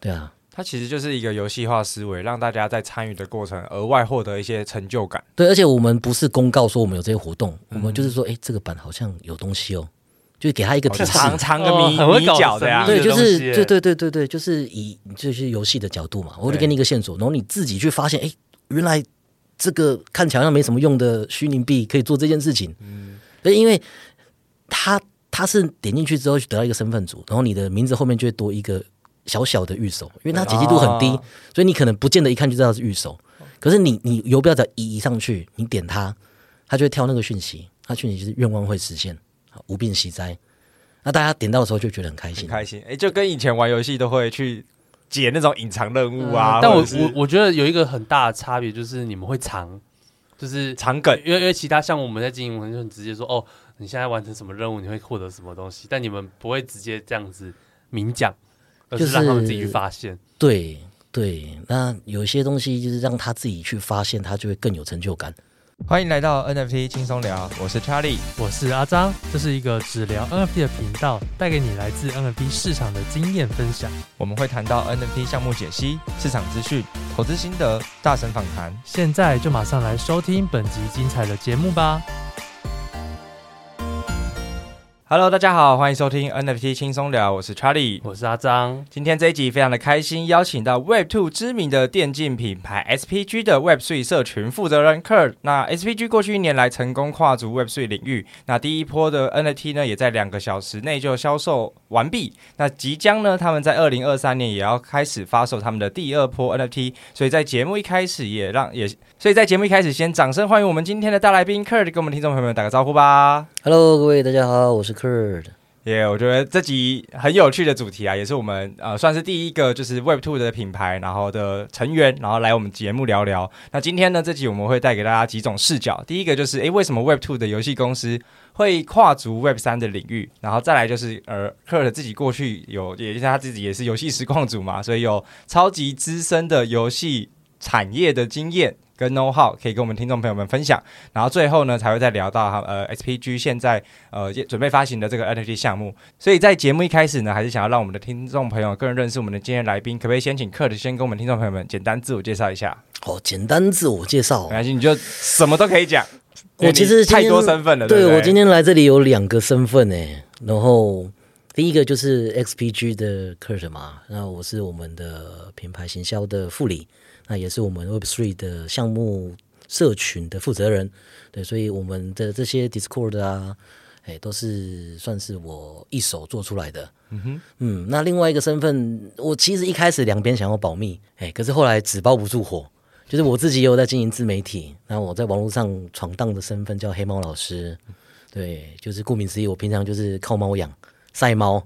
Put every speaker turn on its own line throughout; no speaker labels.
对啊，
它其实就是一个游戏化思维，让大家在参与的过程额外获得一些成就感。
对，而且我们不是公告说我们有这些活动，我们就是说，哎，这个版好像有东西哦，就给他一个
哦
提
就
示。
藏藏个
哦
迷
很会
迷
搞
角的呀
神秘，
对，
的
就
东
是
西耶
对对对对对，就是以就是游戏的角度嘛，我就给你一个线索，然后你自己去发现，哎，原来这个看起来好像没什么用的虚拟币可以做这件事情。
嗯
对，因为他他是点进去之后得到一个身份组，然后你的名字后面就会多一个小小的预手，因为它解析度很低，
哦
所以你可能不见得一看就知道是预手。可是你你游标只要移移上去，你点它，它就会跳那个讯息，它讯息就是愿望会实现，好无病息灾。那大家点到的时候就觉得很开
很
心，
开心。哎，就跟以前玩游戏都会去解那种隐藏任务
嗯
啊，
但
或
我
者是
我我觉得有一个很大的差别就是你们会藏，就是
藏梗
因为因为其他像我们在经营，我们就很直接说哦，你现在完成什么任务，你会获得什么东西，但你们不会直接这样子明讲，而
就是
是让他们自己去发现。
对对，那有些东西就是让他自己去发现，他就会更有成就感。
欢迎来到 NFT 轻松聊，我是 Charlie。
我是阿张，这是一个只聊 NFT 的频道，带给你来自 NFT 市场的经验分享。
我们会谈到 NFT 项目解析、市场资讯、投资心得、大神访谈。
现在就马上来收听本集精彩的节目吧。
Hello，大家好，欢迎收听 NFT 轻松聊，我是 Charlie。
我是阿张，
今天这一集非常的开心，邀请到 Web Two 知名的电竞品牌 SPG 的 Web Three 社群负责人 Kurt。那 SPG 过去一年来成功跨足 Web Three 领域，那第一波的 NFT 呢，也在两个小时内就销售完毕。那即将呢，他们在二零二三年也要开始发售他们的第二波 NFT。所以在节目一开始也让也，所以在节目一开始先掌声欢迎我们今天的大来宾 Kurt，跟我们听众朋友们打个招呼吧。
Hello，各位大家好，我是 Kurt。
耶我觉得这集很有趣的主题啊，也是我们呃算是第一个就是 Web Two 的品牌，然后的成员，然后来我们节目聊聊。那今天呢，这集我们会带给大家几种视角。第一个就是，诶，为什么 Web Two 的游戏公司会跨足 Web 三的领域？然后再来就是，呃，克尔自己过去有，也就是他自己也是游戏实况组嘛，所以有超级资深的游戏产业的经验跟 know how，可以跟我们听众朋友们分享。然后最后呢，才会再聊到哈呃 SPG 现在呃也准备发行的这个 NFT 项目。所以在节目一开始呢，还是想要让我们的听众朋友更认识我们的今天来宾，可不可以先请克的先跟我们听众朋友们简单自我介绍一下？
哦，简单自我介绍
没。关系，你就什么都可以讲。
我哦其实
因为你
今天
太多身份了，对不
我今天来这里有两个身份诶，然后第一个就是 XPG 的 Kurt 嘛，那我是我们的品牌行销的副理，那也是我们 Web3 的项目社群的负责人，对，所以我们的这些 Discord 啊，哎，都是算是我一手做出来的。嗯，那另外一个身份，我其实一开始两边想要保密，哎，可是后来纸包不住火，就是我自己也有在经营自媒体，那我在网络上闯荡的身份叫黑猫老师，对，就是顾名思义，我平常就是靠猫养，晒猫，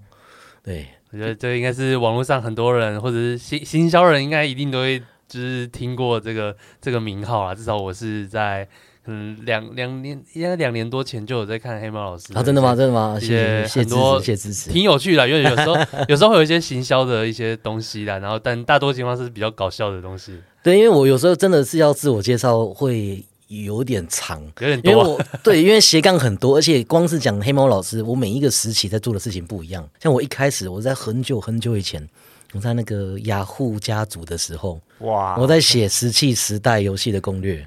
对，
我觉得这应该是网络上很多人或者是新新销人应该一定都会就是听过这个这个名号啊，至少我是在嗯两两年应该两年多前就有在看黑猫老师
啊，真的吗？？真的吗？
嗯谢
谢
谢
谢谢支
很多
持，谢谢支持。
挺有趣的啊，因为有时候有时候会有一些行销的一些东西啦，然后但大多情况是比较搞笑的东西，
对，因为我有时候真的是要自我介绍会有点长，
有点
因为
多啊。
我对，因为斜杠很多，而且光是讲黑猫老师，我每一个时期在做的事情不一样。像我一开始，我在很久很久以前，我在那个雅虎家族的时候，
哇
啊
我在写《石器时代》游戏的攻 略。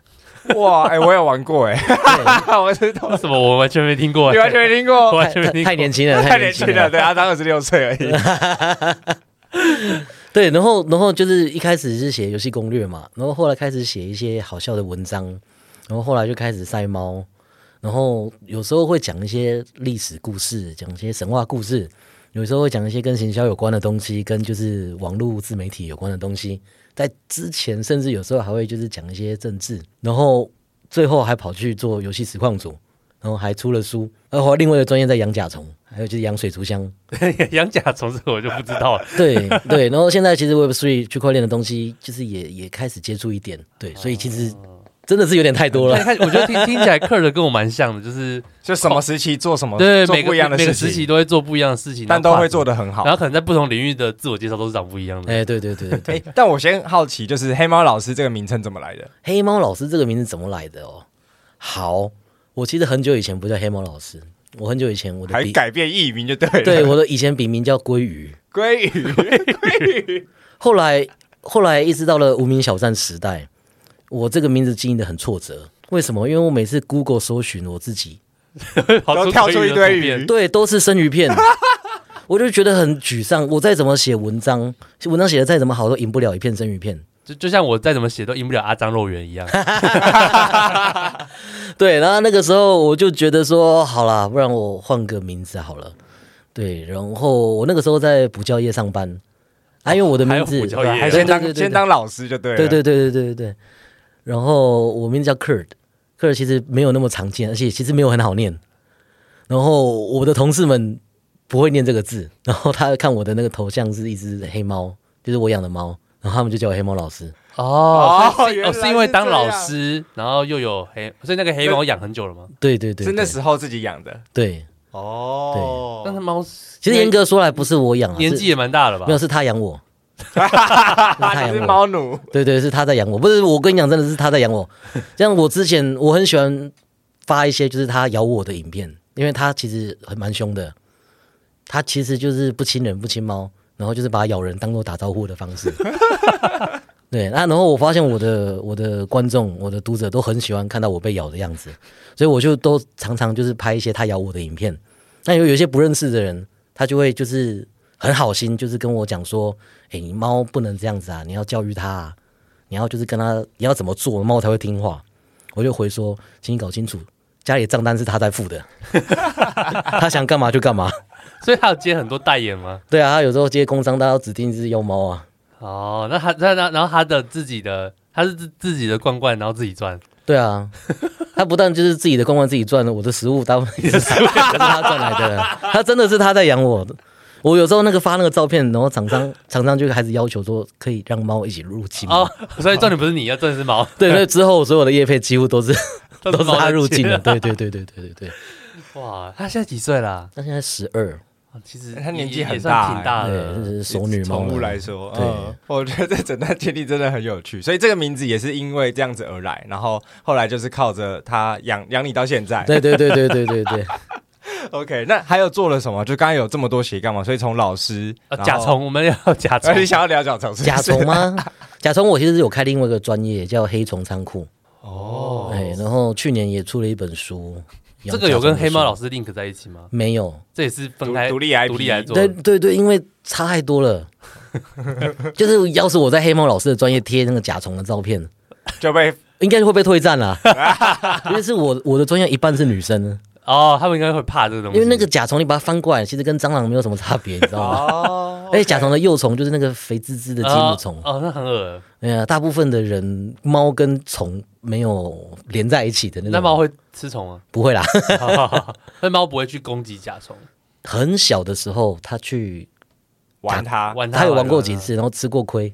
哇，哎、我有玩过哎、 我知道，
为 什么我完全没听过
你
欸？
完全没听
我
过，
完全没听
太
过。
年轻了，
太
太
年
年
轻
轻
了，
了。
对，他当二十六岁而已。
对，然后然后就是一开始是写游戏攻略嘛，然后后来开始写一些好笑的文章，然后后来就开始晒猫，然后有时候会讲一些历史故事，讲一些神话故事，有时候会讲一些跟行销有关的东西，跟就是网络自媒体有关的东西。在之前，甚至有时候还会就是讲一些政治，然后最后还跑去做游戏实况组，然后还出了书，然后另外一个专业在养甲虫，还有就是养水族箱，
养甲虫这个我就不知道 了。
对对，然后现在其实 Web Three 区块链的东西，就是也也开始接触一点，对，所以其实真的是有点太多
哦
了。
看，我觉得听听起来克尔的跟我蛮像的，就是
就什么时期做
哦
什么，
对
做
每个
不一样的
每
事
个时期
情，
都会做不一样的事情，
但都会做
的。
的很好
然。后可能在不同领域的自我介绍都是长不一样的。
哎，对对对对
哎、
对，
但我先好奇，就是黑猫老师这个名称怎么来的？
黑猫老师这个名字怎么来的哦？好，我其实很久以前不叫黑猫老师，我很久以前我的
还
笔，
改变艺名就对了。
对我的以前笔名叫鲑鱼，
鲑鱼，
后来后来一直到了无名小站时代，我这个名字经营的很挫折。为什么？因为我每次 Google 搜寻我自己，
跑
都跳出一堆
鲑的图
鱼
片，
对，都是生鱼片，我就觉得很沮丧。我再怎么写文章，文章写的再怎么好，都赢不了一片生鱼片。
就就像我再怎么写都赢不了阿张肉圆一样。
对，然后那个时候我就觉得说，好啦，不然我换个名字好了。对，然后我那个时候在补教业上班，啊，因为我的名字
还有补教业
对
还
对
先
对
当
对对
先当老师就对了。啊
对对对对对对对。然后我名字叫 Kurt，Kurt 其实没有那么常见，而且其实没有很好念。然后我的同事们不会念这个字，然后他看我的那个头像是一只黑猫，就是我养的猫，然后他们就叫我黑猫老师。
哦，所以是
原来
哦，
是
是因为当
这样
老师，然后又有黑，所以那个黑猫养很久了吗？
对对对
是那
对
时候自己养的。
对，
哦
但是猫
其实严格说来不是我养啊，
年
是
纪也蛮大了吧
没？有是他养我， 那他
它
养
是
我
猫奴，
对对，是他在养我，不是我跟你讲，真的是他在养我。像我之前我很喜欢发一些就是他咬我的影片，因为他其实很蛮凶的，他其实就是不亲人不亲猫，然后就是把咬人当做打招呼的方式。对，那然后我发现我的我的观众、我的读者都很喜欢看到我被咬的样子，所以我就都常常就是拍一些他咬我的影片。那有有一些不认识的人，他就会就是很好心，就是跟我讲说：“哎、你猫不能这样子啊，你要教育它、啊。”你要就是跟他你要怎么做，猫才会听话。我就回说，请你搞清楚，家里的账单是他在付的， 他想干嘛就干嘛。
所以他有接很多代言吗？
对啊，他有时候接工商，他要指定一只幼猫啊。
哦，那他那那然后他的自己的他是自自己的罐罐，然后自己赚，
对啊，他不但就是自己的公关自己赚了，我的食物大部分也是他是他赚来的，他真的是他在养我的。我有时候那个发那个照片，然后厂商厂商就开始要求说，可以让猫一起入侵吗
哦，所以重点不是你，要赚的是猫，
对，所以之后所有的业配几乎都是
都
都是
猫
他
在
入
接
境的。对对对对对对对，
哇，他现在几岁啦？
他现在十二，
哦其实
他
也
年纪
也
很
算
大
挺
欸
大
对，就
的。
是熟女猫啊
宠物
了
来说，
对
嗯，我觉得这整段经历真的很有趣，所以这个名字也是因为这样子而来，然后后来就是靠着它养养你到现在。
对对对对对对 对，
OK，那还有做了什么？就刚刚有这么多斜杠嘛，所以从老师
呃，甲，虫，我们要甲虫
然后你想要聊甲虫是不是？
甲虫吗？甲虫我其实有开另外一个专业叫黑虫仓库，
哦，
哎，然后去年也出了一本书，
这个有跟黑猫老
师
师 link 在一起吗？
没有？
这也是分
独
开
独立 IP，
独立来做
对对对，因为差太多 了。就是要是我在黑猫老师的专业贴那个甲虫的照片，
就被
应该会被退战 啦、因为是我我的专业一半是女生，
哦，他们应该会怕这个东西，
因为那个甲虫你把它翻过来，其实跟蟑螂没有什么差别，你知道吗？
哦
而且甲虫的幼虫就是那个肥滋滋的金
哦
母虫，
哦，那很恶
哎呀，大部分的人猫跟虫没有连在一起的那种，
那猫会吃虫吗？
不会啦。
那猫不会去攻击甲虫，
很小的时候，他去
玩它
玩它
啊他有玩过几次，然后吃过亏，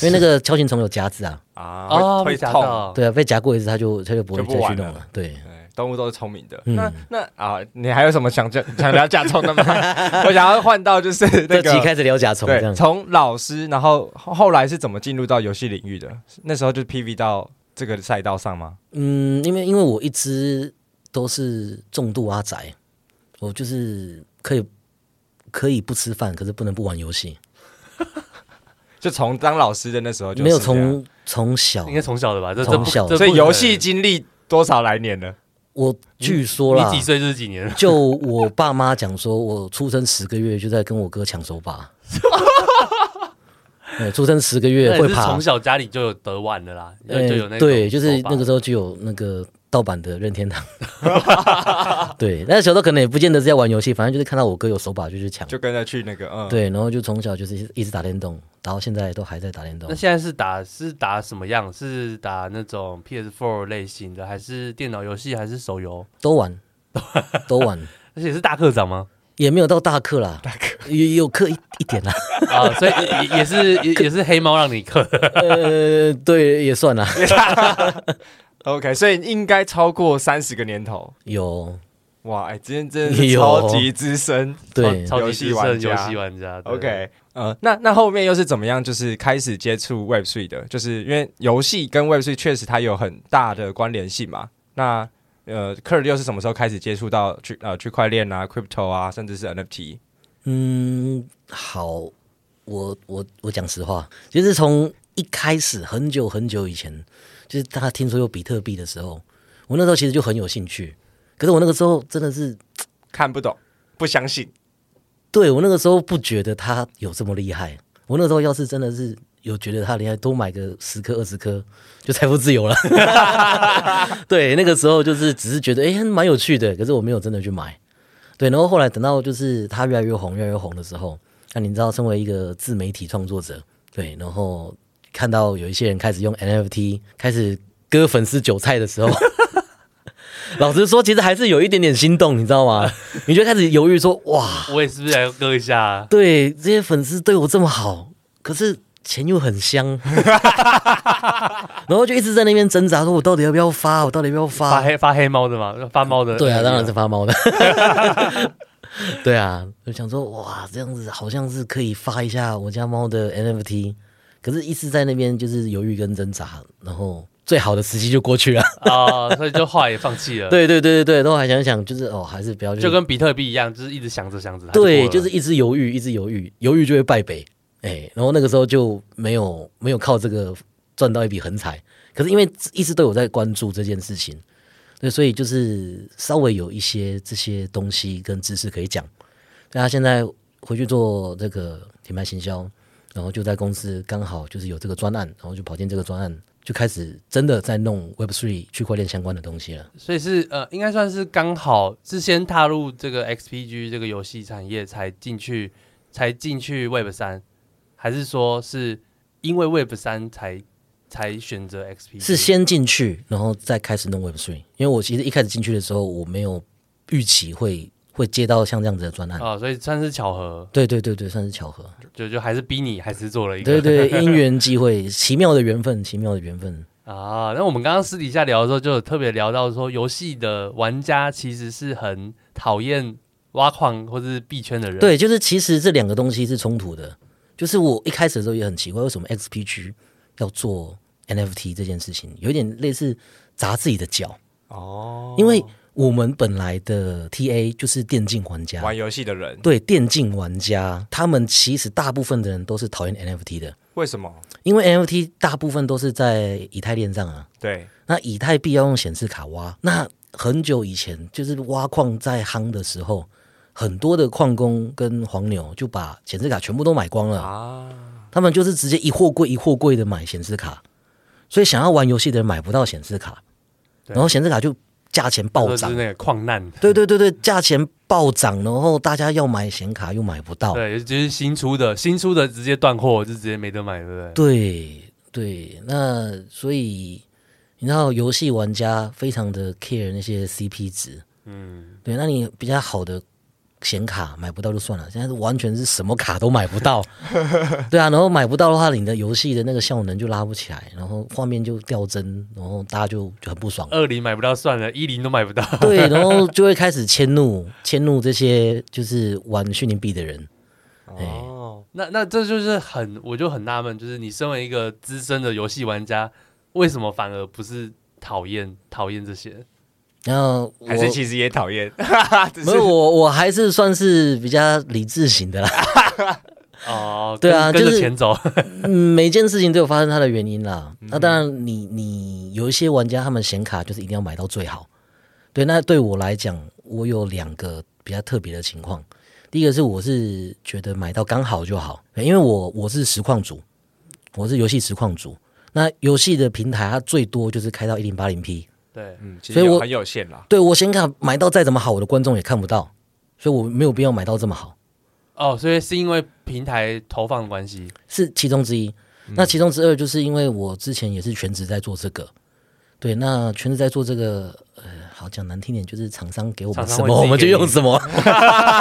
因为那个锹形虫有夹子啊，
啊，
哦，
会
被
会
夹
痛。
到。
对啊，被夹过一次他就他就不会
就不
再去
玩
弄
了
了。对，
对动物都是聪明的。
嗯
那那啊，你还有什么想讲 想聊甲虫的 吗？我想要换到就是那
这
个
期开始聊甲虫这
对，
样。
从老师，然后后后来是怎么进入到游戏领域的？那时候就 PV 到这个赛道上吗？
嗯，因为因为我一直都是重度阿宅，我就是可以可以不吃饭，可是不能不玩游戏。
就从当老师的那时哦候就
没有
是这样，
从从小
应，该从小的吧，这
从小
这不
所
这不
以
可能
游戏经历多少来年了？
我据说啦
你，几岁就是几年了，
就我爸妈讲说，我出生十个月就在跟我哥抢手把。 对，出生十个月
那
会
也是
爬
从，小家里就有得玩的啦，就
呃
就有那种
对，就是那个时
候
候就有那个盗版的任天堂。 对，那小时候可能也不见得是在玩游戏，反正就是看到我哥有手把就去抢。
就跟着去那个嗯，，
对，然后就从小就是一直打电动，打到现在都还在打电动
那。现在是打是打什么样？是打那种 PS4 类型的，还是电脑游戏，还是手游？
都玩，都玩，
而且是大课长吗？
也没有到大课啦，大课也也有课一一点啦。
啊，所以也也也是也也是黑猫让你克的，
呃，对，也算啦，
OK，所以应该超过三十个年头。
有
哇，哎，今天真的是
有
超级资深。
对，
超超级
游戏玩
资深游
家
戏玩家。对
OK，呃，那那后面又是怎么样？就是开始接触 Web Three 的，就是因为游戏跟 Web Three 确实它有很大的关联性嘛。那呃 k u r 又是什么时候开始接触到区呃区块链啊、crypto 啊，甚至是 NFT？
嗯，好，我我我讲实话，其实从一开始很久很久以前，就是大家听说有比特币的时候，我那时候其实就很有兴趣。可是我那个时候真的是，
看不懂，不相信。
对我那个时候不觉得它有这么厉害。我那时候要是真的是有觉得它厉害，多买个十颗二十颗，就财富自由了。 对，那个时候就是只是觉得哎、诶蛮有趣的，可是我没有真的去买。对，然后后来等到就是他越来越红，越来越红的时候，那你知道，身为一个自媒体创作者，对，然后看到有一些人开始用 NFT，开始割粉丝韭菜的时候，老实说，其实还是有一点点心动，你知道吗？你就开始犹豫说，哇，
我也是不是来割一下啊？
对，这些粉丝对我这么好，可是钱又很 香，然后就一直在那边挣扎，说我到底要不要发？我到底要不要
发黑发黑猫的嘛，发猫的。
啊对啊，当然是发猫 的。对啊，就想说哇，这样子好像是可以发一下我家猫的 NFT，可是一直在那边就是犹豫跟挣扎，然后最好的时机就过去了。
啊，所以就后来也放弃了。，
对对对对对，然后还想想就是哦，还是不要去
就跟比特币一样，就是一直想着想着它过
对，
了
就是一直犹豫，一直犹豫，犹豫就会败北。哎，然后那个时候就没有没有靠这个赚到一笔横财，可是因为一直都有在关注这件事情，对，所以就是稍微有一些这些东西跟知识可以讲。那他现在回去做这个品牌行销，然后就在公司刚好就是有这个专案，然后就跑进这个专案，就开始真的在弄 Web Three 区块链相关的东西了。
所以是呃，应该算是刚好是先踏入这个 XPG 这个游戏产业才进去，才进去 Web 三，还是说是因为 Web 三才才选择 XPG？
是先进去，然后再开始弄 Web Three。因为我其实一开始进去的时候，我没有预期会会接到像这样子的专案。
哦
啊、所以算是巧合，
对对对对，算是巧合。
就就还是逼你还是做了一
对
个
对，因缘际会，奇妙的缘分，奇妙的缘分。
啊。那我们刚刚私底下聊的时候，就有特别聊到说，游戏的玩家其实是很讨厌挖矿或是币圈的人。
对，就是其实这两个东西是冲突的。就是我一开始的时候也很奇怪，为什么 XPG 要做 NFT 这件事情，有点类似砸自己的脚。
哦，
因为我们本来的 TA 就是电竞玩家，
玩游戏的人
对电竞玩家，他们其实大部分的人都是讨厌 NFT 的。
为什么？
因为 NFT 大部分都是在以太链上啊，
对，
那以太币要用显示卡挖。那很久以前，就是挖矿在夯的时候，很多的矿工跟黄牛就把显示卡全部都买光了
啊
他们就是直接一货柜一货柜的买显示卡，所以想要玩游戏的人买不到显示卡，
对
然后显示卡就价钱暴
说就
涨
是。那个矿难。
对对对对，价钱暴涨，然后大家要买显卡又买不到。
对，就是新出的，新出的直接断货，就直接没得买，对不对？，
对对，那所以你知道游戏玩家非常的 care 那些 CP 值，嗯，对，那你比较好的显卡买不到就算了，现在是完全是什么卡都买不到， 对啊，然后买不到的话，你的游戏的那个效能就拉不起来，然后画面就掉帧，然后大家就就很不爽
二零买不到算了，一零都买不到。
对，然后就会开始迁怒迁怒这些就是玩虚拟币的人，
哦，那那这就是很，我就很纳闷，就是你身为一个资深的游戏玩家，为什么反而不是讨厌讨厌这些？
然后我
还是其实也讨厌，哈哈，只
没
是
有我我还是算是比较理智型的啦。
哦，
对啊
跟
就
跟
是
着 钱走，
嗯，每件事情都有发生它的原因啦。那当然你，你有一些玩家，他们显卡就是一定要买到最好。对，那对我来讲，我有两个比较特别的情况。第一个是我是觉得买到刚好就好，因为我我是实况组，我是游戏实况组。那游戏的平台它最多就是开到一零八零 P，
对，
嗯，其
所
实
以
有
我
很有限啦。
对我显卡买到再怎么好，我的观众也看不到，所以我没有必要买到这么好。
哦，所以是因为平台投放的关系，
是其中之一。
嗯
那其中之二就是因为我之前也是全职在做这个，对，那全职在做这个，呃，好讲难听点，就是厂商给我们
厂商
什
会
么
自己
我们就
给
用什
你
么。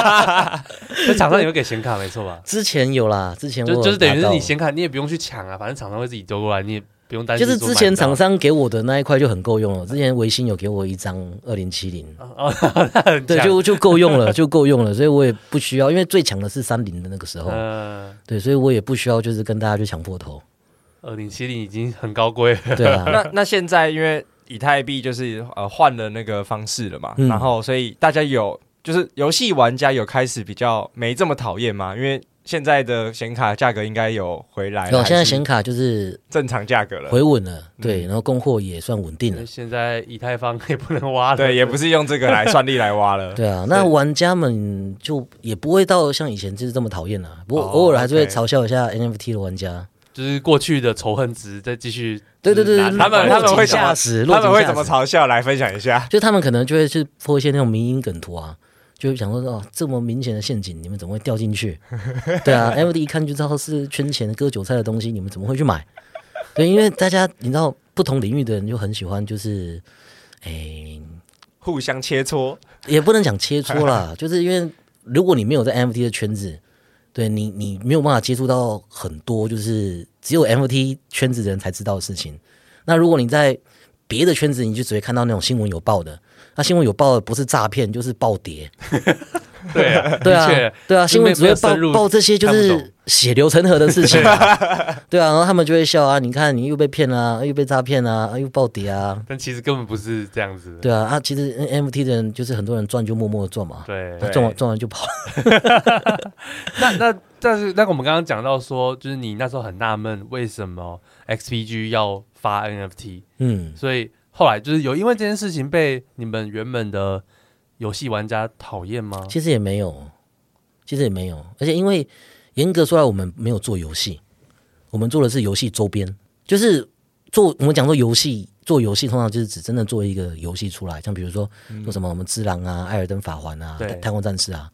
那厂商也会给显卡，没错吧？
之前有啦，之前我
就
有
就是等于
拿
是
到
你显卡，你也不用去抢啊，反正厂商会自己丢过来，你也不用担
就
心
是
说买不到。
之前厂商给我的那一块就很够用了。之前维新有给我一张二零七零，
哦，哦那很
对，
强
就就够用了， 就够用了，所以我也不需要，因为最强的是三零的那个时候，
嗯，
对，所以我也不需要 就是跟大家去抢破头，
二零七零已经很高贵 了。
对啊。
那那现在因为以太币就是呃换了那个方式了嘛，
嗯
然后所以大家有就是游戏玩家有开始比较没这么讨厌嘛，因为现在的显卡价格应该有回来
然
了，
后哦现在
还是
显卡就是
正常价格了，
回稳了，
嗯
对，然后供货也算稳定了
那。现在以太坊也不能挖了，
对，也不是用这个来算力来挖了，
啊 对啊，那玩家们就也不会到像以前就是这么讨厌了、不过
哦
偶尔还是会
OK
嘲笑一下 NFT 的玩家。
就是过去的仇恨值再继续，
对对对，
拿
对
他们
落
他们
井
会怎么
下石，
他
落
们
井
会
下
怎么
石
嘲笑来分享一下？
就他们可能就会去破一些那种民音梗图啊，就会想说哦，这么明显的陷阱，你们怎么会掉进去？对啊，MD 一看就知道是圈钱割韭菜的东西，你们怎么会去买？对，因为大家你知道，不同领域的人就很喜欢，就是诶、
互相切磋，
也不能讲切磋 啦，就是因为如果你没有在 NFT 的圈子，对你你没有办法接触到很多就是只有 NFT 圈子的人才知道的事情。那如果你在别的圈子，你就只会看到那种新闻有报的，那新闻有报的不是诈骗就是暴 跌，
对啊，
对
的
啊
确，
对啊，
就
新闻
没
只会
没有深入
报报这些就
看不
是
懂
血流成河的 事情 啊，对啊，然后他们就会笑啊，你看你又被骗啦、又被诈骗啊，啊又暴跌啊，
但其实根本不是这样子的，
对啊，啊，其实 NFT 的人就是很多人赚就默默的赚嘛，
对
他赚完赚完就跑。
那那但是那个我们刚刚讲到说，就是你那时候很纳闷为什么 XPG 要发 NFT，
嗯，
所以后来就是有因为这件事情被你们原本的游戏玩家讨厌吗？
其实也没有，其实也没有，而且因为严格说来，我们没有做游戏，我们做的是游戏周边，就是做我们讲说游戏。做游戏通常就是只真的做一个游戏出来，像比如说做什么我们《只狼》啊、《艾尔登法环》啊、
嗯对
太空战士》啊，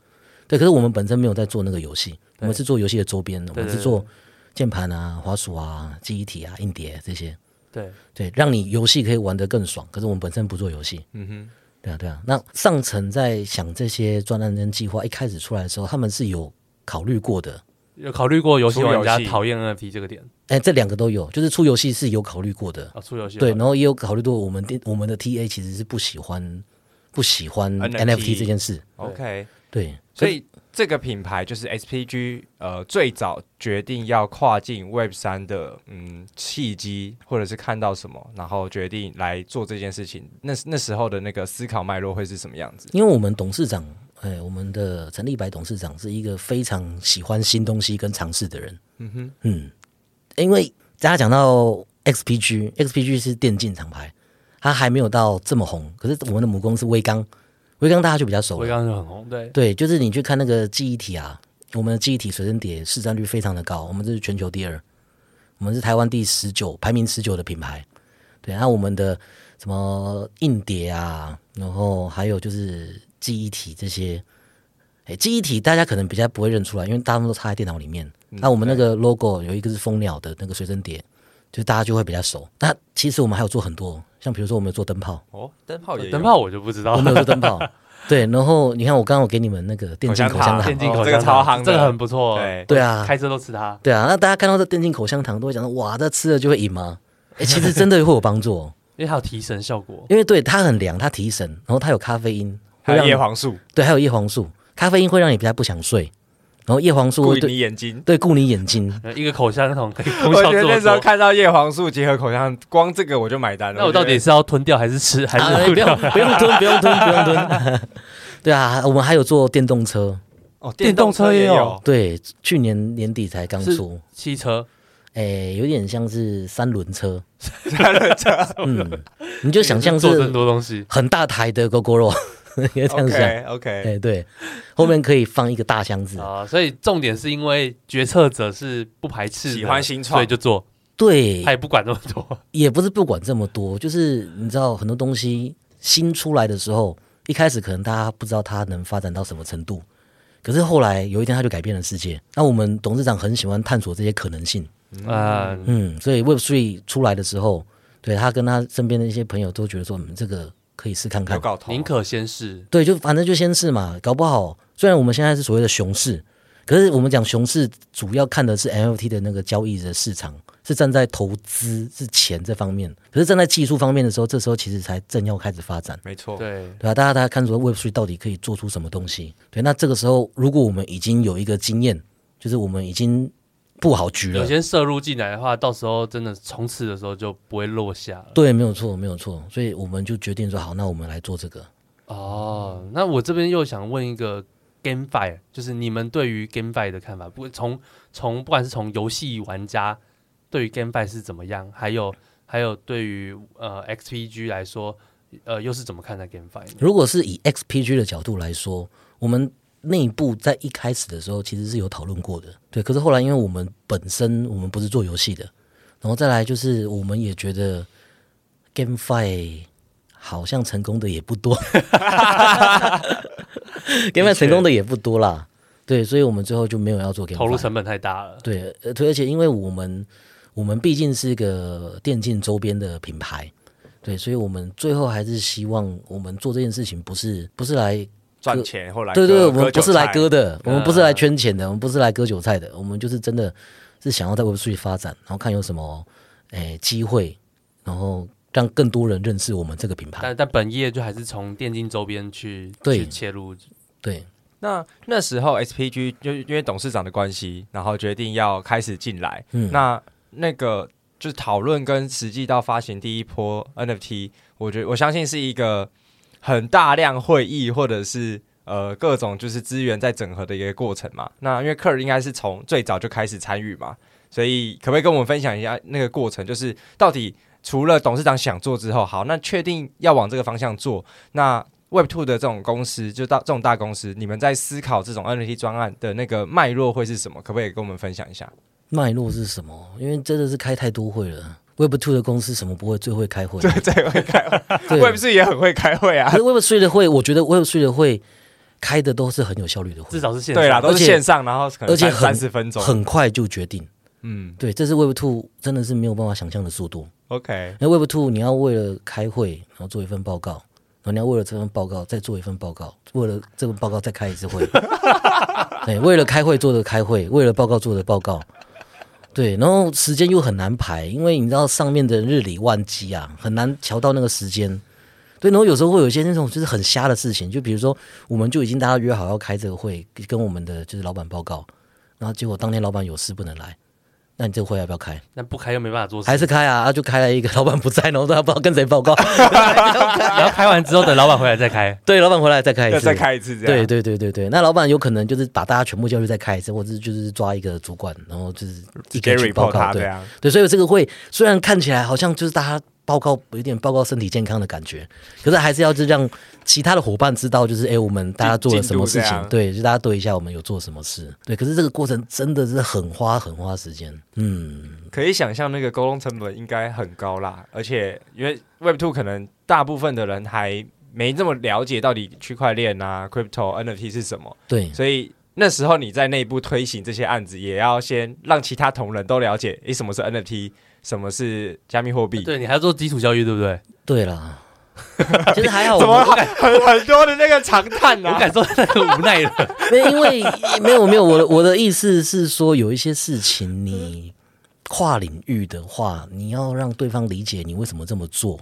对。可是我们本身没有在做那个游戏，我们
对
是做游戏的周边，我
对
们
对
是做键盘啊、滑鼠啊、记忆体啊、硬碟这些，
对，
对，让你游戏可以玩得更爽。可是我们本身不做游戏，
嗯
对啊，对啊。那上层在想这些专案跟计划一开始出来的时候，他们是有考虑过的。
有考虑过游戏玩家
出游戏
讨厌 NFT 这个点
哎，这两个都有，就是出游戏是有考虑过的，
啊？出游戏
对，然后也有考虑过我们电我们的 TA 其实是不喜欢不喜欢
NFT
NFT 这件事，
哼，OK。
对，
所以这个品牌就是 SPG，呃，最早决定要跨进 Web 三的嗯契机，或者是看到什么，然后决定来做这件事情。那那时候的那个思考脉络会是什么样子？
因为我们董事长，哎，我们的陈立白董事长是一个非常喜欢新东西跟尝试的人。
嗯哼，
嗯，因为大家讲到 XPG，XPG 是电竞厂牌，它还没有到这么红。可是我们的母公司微刚，微刚大家就比较熟
我
了。
刚刚就很红，对，
对，就是你去看那个记忆体啊，我们的记忆体水蒸碟市占率非常的高，我们这是全球第二，我们是台湾第十九，排名十九的品牌。对，然后我们的什么硬碟啊，然后还有就是记忆体这些，哎，记忆体大家可能比较不会认出来，因为大部分都插在电脑里面。那、我们那个 logo 有一个是蜂鸟的那个随身碟，就大家就会比较熟。那其实我们还有做很多，像比如说我们有做灯泡，
哦，灯泡也有
灯泡我就不知道
我，们有做灯泡，对。然后你看我刚刚我给你们那个电竞口
口香
香
糖
糖
电，竞
哦
口
这个
香糖
超夯的
这个很不错，
对
对啊
开车都吃它，
对啊，那大家看到这电竞口香糖都会讲说，哇，这吃了就会赢吗？哎、其实真的会有帮助，哦，
因为它有提神效果，
因为对它很凉，它提神，然后它有咖啡因，
还
会
有
让你
叶黄素，
对，还有叶黄素，咖啡因会让你比较不想睡，然后叶黄素
顾
会
你
对
眼睛。
对顾你眼睛。
呃一个口香糖可以功
我
效
觉得
这
那
么
时候
多。
看到叶黄素结合口香，光这个我就买单了。
那我到
觉
底
得
是要吞掉还是吃还
啊，
是
不
不
用
掉？
不用吞，不用吞，不用吞。 对啊，我们还有做电动车，
哦，
电动车也有
有
对，去年年底才刚
是
出，
汽车
诶，有点像是三轮 车， 三轮车，嗯，你就想象
做
是
更多东西，
很大台的 GoGo 肉，应该这样想。
OK OK，
哎，对，后面可以放一个大箱子。
啊，所以重点是因为决策者是不排斥的
喜欢新创
所以就做，
对
他，也不管那么多。
也不是不管这么多，就是你知道很多东西新出来的时候，一开始可能大家不知道它能发展到什么程度，可是后来有一天它就改变了世界。那我们董事长很喜欢探索这些可能性，
啊，
嗯，所以 Web Three 出来的时候，对他跟他身边的一些朋友都觉得说，嗯，这个可以试看
有
看。
搞头
宁。可先试，
对，就反正就先试嘛，搞不好虽然我们现在是所谓的熊市，可是我们讲熊市主要看的是 NFT 的那个交易的市场，是站在投资是钱这方面，可是站在技术方面的时候，这时候其实才正要开始发展。
没错，
对，
对啊，大家大家看说 Web 3到底可以做出什么东西？对，那这个时候如果我们已经有一个经验，就是我们已经布好局
有
了。
些摄入进来的话，到时候真的冲刺的时候就不会落下了。
对，没有错，没有错。所以我们就决定说，好，那我们来做这个。
哦，那我这边又想问一个 GameFi，就是你们对于 GameFi 的看法，不从从不管是从游戏玩家对于 GameFi 是怎么样，还有还有对于呃 XPG 来说，呃又是怎么看待 GameFi 呢？
如果是以 XPG 的角度来说，我们内部在一开始的时候其实是有讨论过的，对。可是后来，因为我们本身我们不是做游戏的，然后再来就是我们也觉得 GameFi 好像成功的也不 多 ，GameFi 成功的也不多啦，对，所以我们最后就没有要做 GameFi。
投入成本太大了。
对，呃，对而且因为我们我们毕竟是一个电竞周边的品牌，对，所以我们最后还是希望我们做这件事情不是不是来
赚钱后来
对对，
割
我们不是来割，
韭菜啊
的，我们不是来圈钱的，我们不是来割韭菜的，我们就是真的是想要在 Web 3发展，然后看有什么诶机会，然后让更多人认识我们这个品牌。
但但本业就还是从电竞周边去
对
去切入，
对，
那那时候 SPG 就因为董事长的关系，然后决定要开始进来。
嗯，
那那个就是讨论跟实际到发行第一波 NFT，我觉得我相信是一个很大量会议或者是呃各种就是资源在整合的一个过程嘛。那因为客人应该是从最早就开始参与嘛，所以可不可以跟我们分享一下那个过程？就是到底除了董事长想做之后，好，那确定要往这个方向做，那 Web Two 的这种公司，就到这种大公司，你们在思考这种 NFT 专案的那个脉络会是什么？可不可以跟我们分享一下？
脉络是什么？因为真的是开太多会了。Web 2的公司什么不会，最会开会。对，
最会开会
对
，Web 是也很会开会啊
可。是 Web 3的会，我觉得 Web 3的会开的都是很有效率的会，
至少是线
对啦，
上。
都
而
是
且
线上，然后可能
而且
三
很
十分钟。
很快就决定。
嗯
对，这是 Web 2真的是没有办法想象的速度。
，OK，
那 Web 2你要为了开会，然后做一份报告，然后你要为了这份报告再做一份报告，为了这份报告再开一次会。 对，为了开会做的开会，为了报告做的报告。对，然后时间又很难排，因为你知道上面的日理万机啊，很难调到那个时间。对，然后有时候会有一些那种就是很瞎的事情，就比如说我们就已经大家约好要开这个会，跟我们的就是老板报告，然后结果当天老板有事不能来，那你这个会要不要开？
那不开又没办法做事，
还是开啊，啊就开了一个，老板不在，然后他不知道跟谁报 告，。
然后开完之后等老板回来再开
对，老板回来再开一
要
次，
再开一次这样。
对对对对对，那老板有可能就是把大家全部叫去再开一次，或者是就是抓一个主管，然后就是一个
g
人
a
去报
report
告，
他这
对
样，
对，所以这个会虽然看起来好像就是大家报告有点报告身体健康的感觉，可是还是要就让其他的伙伴知道，就是哎、诶我们大家做了什么事
进进
情
度这样，
对，就大家对一下我们有做什么事，对，可是这个过程真的是很花很花时间，嗯，
可以想象那个沟通成本应该很高啦。而且因为 Web Two 可能大部分的人还没这么了解到底区块链啊、crypto、NFT 是什么，
对。
所以那时候你在内部推行这些案子，也要先让其他同仁都了解，诶，什么是 NFT，什么是加密货币。
对你还要做基础教育，对不对？
对 啦，其实还好，
怎么
我
很很很多的那个长叹
我
啊？
感受到那个无奈了。
没因为没有没有，我的我的意思是说，有一些事情你跨领域的话，你要让对方理解你为什么这么做，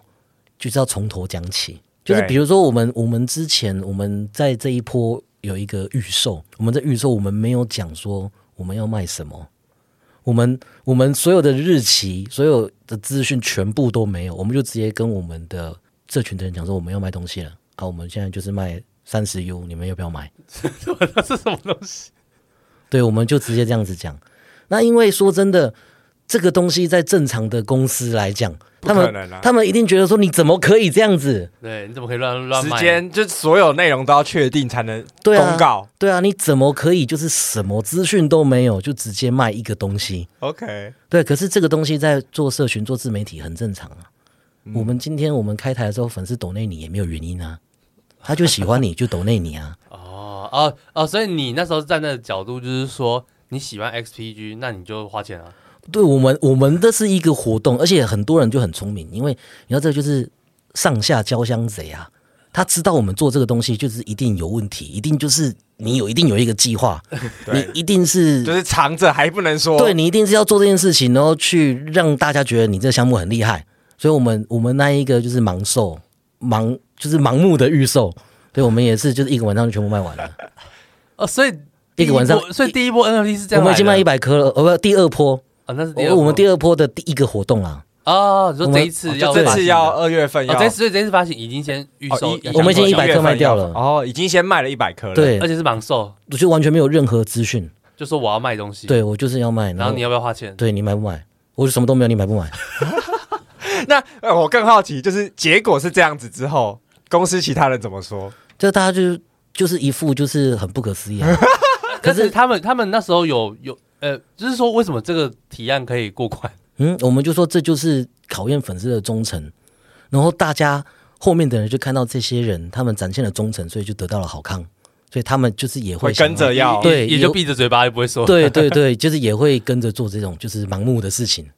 就是要从头讲起。就是
对
比如说，我们我们之前我们在这一波有一个预售，我们在预售我们没有讲说我们要卖什么，我们我们所有的日期、所有的资讯全部都没有，我们就直接跟我们的这群的人讲说我们要卖东西了，好，我们现在就是卖三十 U，你们要不要买？
这是什么东西？
对，我们就直接这样子讲。那因为说真的，这个东西在正常的公司来讲，
不
他
可
们、
能啊！
他们一定觉得说你怎么可以这样子？
对，你怎么可以乱乱
时
卖？
间就所有内容都要确定才能
对啊，
公告。
对啊，你怎么可以就是什么资讯都没有就直接卖一个东西？
OK，
对，可是这个东西在做社群、做自媒体很正常啊。
嗯
我们今天我们开台的时候，粉丝抖内你也没有原因啊，他就喜欢你就抖内你啊。
哦哦哦，所以你那时候站在的角度就是说你喜欢 XPG，那你就花钱啊。
对我们，我们这是一个活动，而且很多人就很聪明，因为你要这就是上下交相贼啊。他知道我们做这个东西就是一定有问题，一定就是你有一定有一个计 划，你
对，
一定是
就是藏着还不能说。
对你一定是要做这件事情，然后去让大家觉得你这个项目很厉害。所以我们我们那一个就是盲售，盲就是盲目的预售，对我们也是就是一个晚上就全部卖完了。
哦，所以
一个晚上
第一波所以第一波 NFT 是 这
我们
样来的，
已经卖一百颗了，哦不，第二波，
啊，那是第二
我
波
我们第二波的第一个活动啊啦，
哦，你
我
说
们
这一次
就
要
这
发行
次
的
要二月份
哦
要，，
这次所以这次发行已经先预
哦
售
一，
我们已经
一
100颗卖掉了
哦，已经先卖了一百颗了，，
对
而，且是盲售，
我就完全没有任何资讯，
就说我要卖东西，，
对我就是要卖，
然后你要不要花钱？
对你买不买？我就什么都没有，你买不买？
那呃，我更好奇，就是结果是这样子之后，公司其他人怎么说？
就大家就就是一副就是很不可思议、啊，
可是他们他们那时候有有呃，就是说为什么这个提案可以过关？
嗯，我们就说这就是考验粉丝的忠诚，然后大家后面的人就看到这些人他们展现了忠诚，所以就得到了好康，所以他们就是也
会
会
跟着
想
要
对
也也
有
就闭着嘴巴也不会说。
要，对对对，就是也会跟着做这种就是盲目的事情，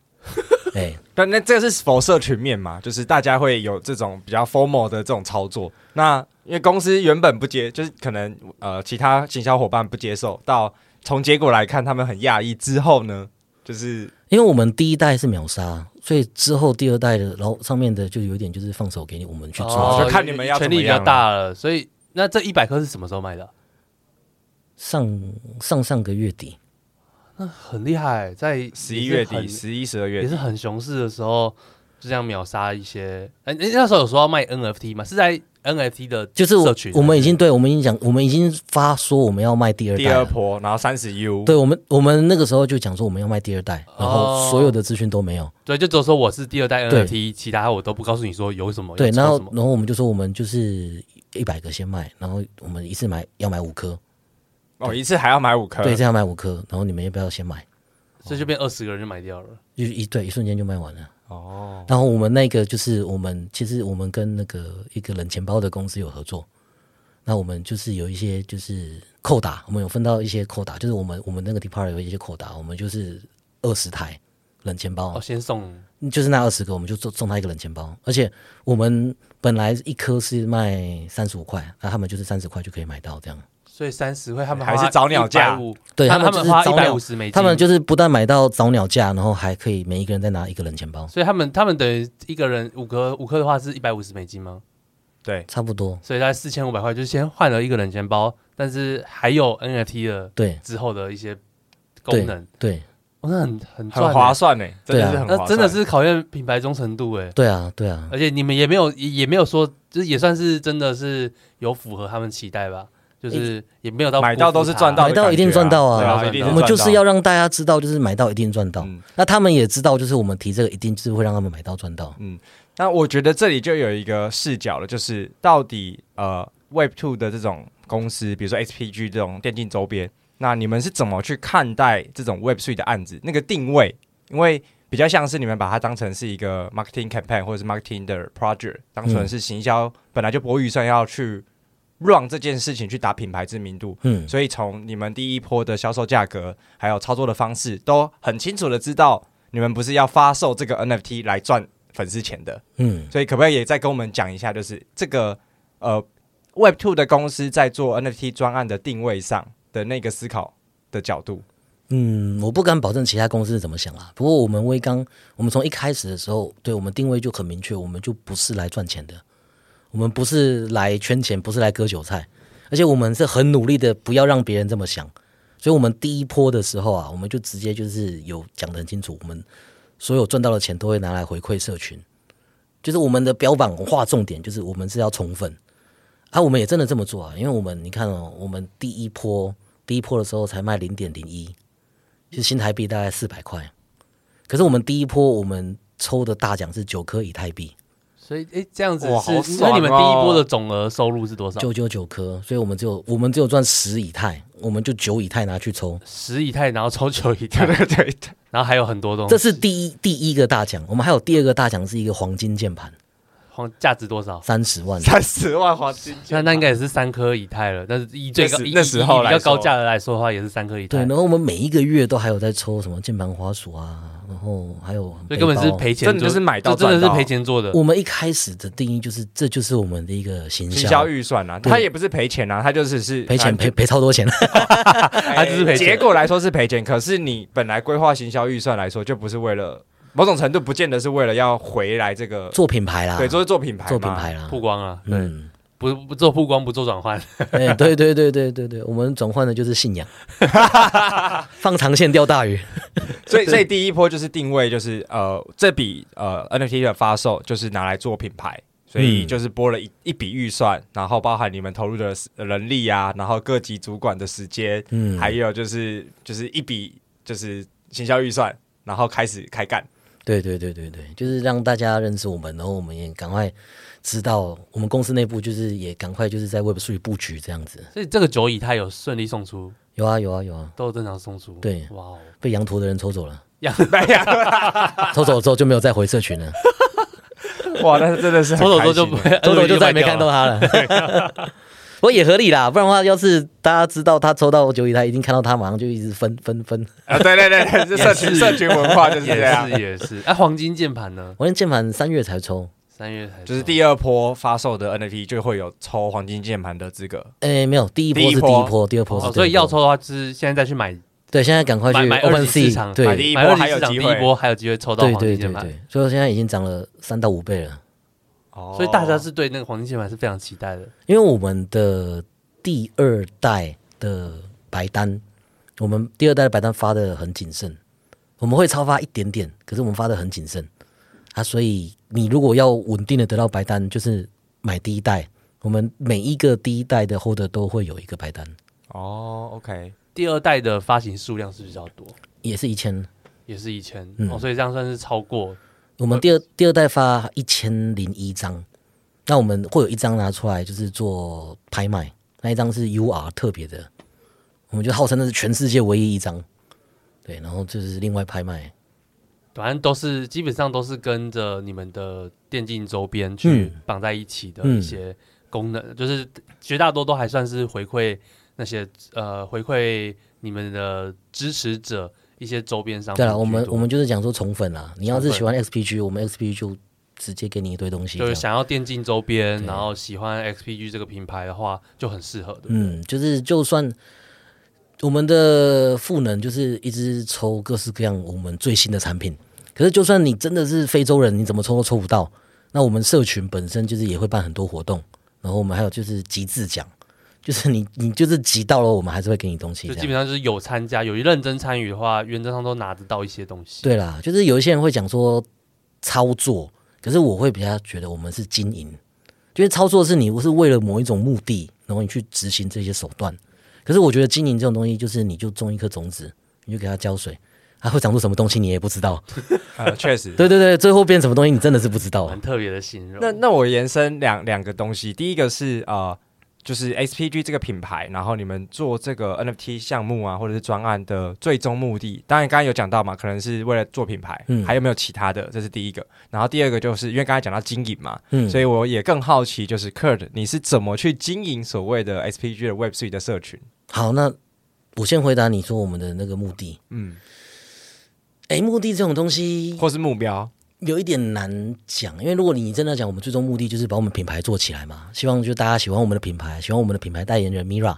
哎，
那那这个是否社群面嘛？就是大家会有这种比较 formal 的这种操作。那因为公司原本不接，就是可能呃其他行销伙伴不接受，到从结果来看，他们很讶异。之后呢，就是
因为我们第一代是秒杀，所以之后第二代的，然后上面的就有点就是放手给你，我们去做。
哦就看你们要
权力
怎么
比较
样啊
大了，所以那这一百颗是什么时候卖的？
上上上个月底，
很厉害，在
十一月
也
底、
是
十一、十二
很
月
也
底
是很熊市的时候，就这样秒杀一些。哎、你那时候有说要卖 NFT 吗？是在 NFT 的
就是我
社群
我们已经对我们已经讲，我们已经发说我们要卖第二代
第二
了。
波，然后三十 U，
对我们，我们那个时候就讲说我们要卖第二代，然
哦
后所有的资讯都没有。
对，就只有说我是第二代
对
NFT，其他我都不告诉你说有什么，
对，
有
然后
什么
然后我们就说我们就是一百个先卖，然后我们一次买要买五颗，
哦，一次还要买五
嗯
颗，
对，这样买五颗，然后你们要不要先买？
所以就变二十个人就买掉了。
就一对一瞬间就卖完了。
哦，
然后我们那个就是我们其实我们跟那个一个冷钱包的公司有合作，那我们就是有一些就是扣打，我们有分到一些扣打，就是我们我们那个 depart 有一些扣打，我们就是二十台冷钱包，
哦，先送
就是那二十个，我们就送送他一个冷钱包，而且我们本来一颗是卖三十五块，那他们就是三十块就可以买到这样。
所以三十会他们
还是找鸟价
150
对
他
们
他
就
们
是
花
早
一百五
鸟，
十美金，
他们就是不但买到早鸟价，然后还可以每一个人再拿一个冷钱包，
所以他们他们等于一个人五颗五颗的话是一百五十美金吗？
对，
差不多。
所以大概四千五百块，就是先换了一个冷钱包，但是还有 NFT 的
对
之后的一些功能，
对
哦、那很很赚欸
很划，算呢，真
对啊
的是很划
那
算，
真的是考验品牌忠诚度哎。
对啊，对啊，
而且你们也没有也也没有说，就是也算是真的是有符合他们期待吧，就是也没有到
买到都是赚到
买
的感觉啊，
到一定赚到
对
啊！
啊，一定
我们
赚
就是
到
要让大家知道，就是买到一定赚到。
嗯
那他们也知道，就是我们提这个一定是会让他们买到赚到。
那我觉得这里就有一个视角了，就是到底呃 Web Two 的这种公司，比如说 XPG 这种电竞周边，那你们是怎么去看待这种 Web Three 的案子？那个定位，因为比较像是你们把它当成是一个 marketing campaign 或者是 marketing 的 project，当成是行销，本来就不会预算要去 run 这件事情去打品牌知名度，
嗯，
所以从你们第一波的销售价格，还有操作的方式，都很清楚的知道你们不是要发售这个 NFT 来赚粉丝钱的。
嗯，
所以可不可以也再跟我们讲一下，就是这个呃 Web Two 的公司在做 NFT 专案的定位上的那个思考的角度？
嗯，我不敢保证其他公司是怎么想啦。不过我们威刚，我们从一开始的时候，对我们定位就很明确，我们就不是来赚钱的，我们不是来圈钱，不是来割韭菜，而且我们是很努力的，不要让别人这么想。所以，我们第一波的时候啊，我们就直接就是有讲得很清楚，我们所有赚到的钱都会拿来回馈社群，就是我们的标榜划重点，就是我们是要宠粉啊，我们也真的这么做啊，因为我们你看哦，我们第一波第一波的时候才卖零点零一，就是新台币大概四百块。可是我们第一波我们抽的大奖是九颗以太币，
所以哎，这样子
哇
是、
好
那
爽
你们第一波
哦
的总额收入是啊多少？
九九九颗，所以我们只有我们只有赚十以太，我们就九以太拿去抽，
十以太，然后抽九以 太
对，对对，对
然后还有很多东西，
这是第一第一个大奖。我们还有第二个大奖是一个黄金键盘，
黄价值多少？
三十万。
三十万黄金键
那
盘，
那应该也是三颗以太了，但是以最高
那时
以
那时候
以以比
来
较
说
高价的来说的话，也是三颗以
对，
太，
然
所
后我们每一个月都还有在抽什么键盘滑鼠啊，然后还有
以根本
背
是
包
赔钱做，
真的就是买到
这真的
赚
是
到
赔钱做的。
我们一开始的定义就是，这就是我们的一个行
行
销
销预算啊，
对
他也不是赔钱啊，他就只是
赔
哎
钱赔，赔超多钱，
他
只是赔钱
哎结果来说是赔钱，可是你本来规划行销预算来说，就不是为了某种程度，不见得是为了要回来这个
做品牌啦，
对，就是做品牌嘛，
做品牌啦，
曝光啊，对，
嗯，
不不做曝光，不做转换，
哎，对对对对对对，我们转换的就是信仰，放长线钓大鱼。
所以所以第一波就是定位，就是呃这笔呃 NFT 的发售就是拿来做品牌，所以
嗯
就是拨了一一笔预算，然后包含你们投入的人力啊，然后各级主管的时间，
嗯，
还有就是就是一笔就是行销预算，然后开始开干。
对对对对对，就是让大家认识我们，然后我们也赶快知道我们公司内部就是也赶快就是在 Web 3布局这样子。
所以这个九乙它有顺利送出，
有啊有啊有啊，
都有正常送出。
对
哇哦，
被羊驼的人抽走了，
哎呀，
抽走之后就没有再回社群 了，
哇，那真的是很
抽走
开
之后就
心
不会，
抽走就再也
再
没看到。他了。 不过也合理啦，不然的话，要是大家知道他抽到九亿，他一定看到他，马上就一直分分分。
啊！对对对对，这社群社群文化就是
也
这样
是， 也是，哎、黄金键盘呢？
我连键盘三月才抽，
三月才
就是
一
第二波发售的 NFT 就会有抽黄金键盘的资格。
哎，没有，第一波
第一
是第
波
一波，第二波是第
哦，
二波
所以要抽的话，就是现在再去买
对，现在赶快去
买买二
Open
级市
Sea，
场，
对
买
对
第一
买
波
二级
还有
市场
机
第
会
一波还有机会抽到
对
黄金
对
键盘。
对，所以现在已经涨了三到五倍了。
哦
所以大家是对那个黄金键盘是非常期待的。
因为我们的第二代的白单，我们第二代的白单发的很谨慎，我们会超发一点点，可是我们发的很谨慎啊，所以你如果要稳定的得到白单，就是买第一代。我们每一个第一代的 holder 都会有一个白单，
哦，OK，
第二代的发行数量是比较多，
也是一千。
也是一千、
嗯
哦，所以这样算是超过
我们
呃
第二第二代发一千零一张，那我们会有一张拿出来就是做拍卖，那一张是 UR 特别的，我们就号称那是全世界唯一一张，对，然后就是另外拍卖，
反正都是基本上都是跟着你们的电竞周边去
嗯
绑在一起的一些功能，就是绝大多都还算是回馈那些呃回馈你们的支持者一些周边商品
对
居
了，
多。
我们我们就是讲说宠粉啦，你要是
宠粉
喜欢 XPG，我们 XPG 就直接给你一堆东西
就
这
是
样，
想要电竞周边，
对
然后喜欢 XPG 这个品牌的话，就很适合的。
嗯，就是就算我们的赋能就是一直抽各式各样我们最新的产品，可是就算你真的是非洲人，你怎么抽都抽不到。那我们社群本身就是也会办很多活动，然后我们还有就是集字奖，就是你你就是集到了，我们还是会给你东西
就
这
基
样。
本上就是有参加，有认真参与的话，原则上都拿得到一些东西。
对啦，就是有一些人会讲说操作，可是我会比较觉得我们是经营，就是操作是你是为了某一种目的，然后你去执行这些手段。可是我觉得经营这种东西，就是你就种一颗种子，你就给它浇水，它会长出什么东西你也不知道。
呃，确实。
对对对，最后变什么东西你真的是不知道啊
蛮。特别的形容。
那那我延伸两两个东西，第一个是呃，就是 SPG 这个品牌，然后你们做这个 NFT 项目啊，或者是专案的最终目的，当然刚刚有讲到嘛，可能是为了做品牌，
嗯
还有没有其他的？这是第一个。然后第二个就是因为刚才讲到经营嘛，
嗯，
所以我也更好奇，就是 Kurt 你是怎么去经营所谓的 SPG 的 Web 3的社群？
好，那我先回答你说我们的那个目的。
嗯，
哎，目的这种东西
或是目标？
有一点难讲，因为如果你真的要讲，我们最终目的就是把我们品牌做起来嘛，希望就大家喜欢我们的品牌，喜欢我们的品牌代言人 Mira，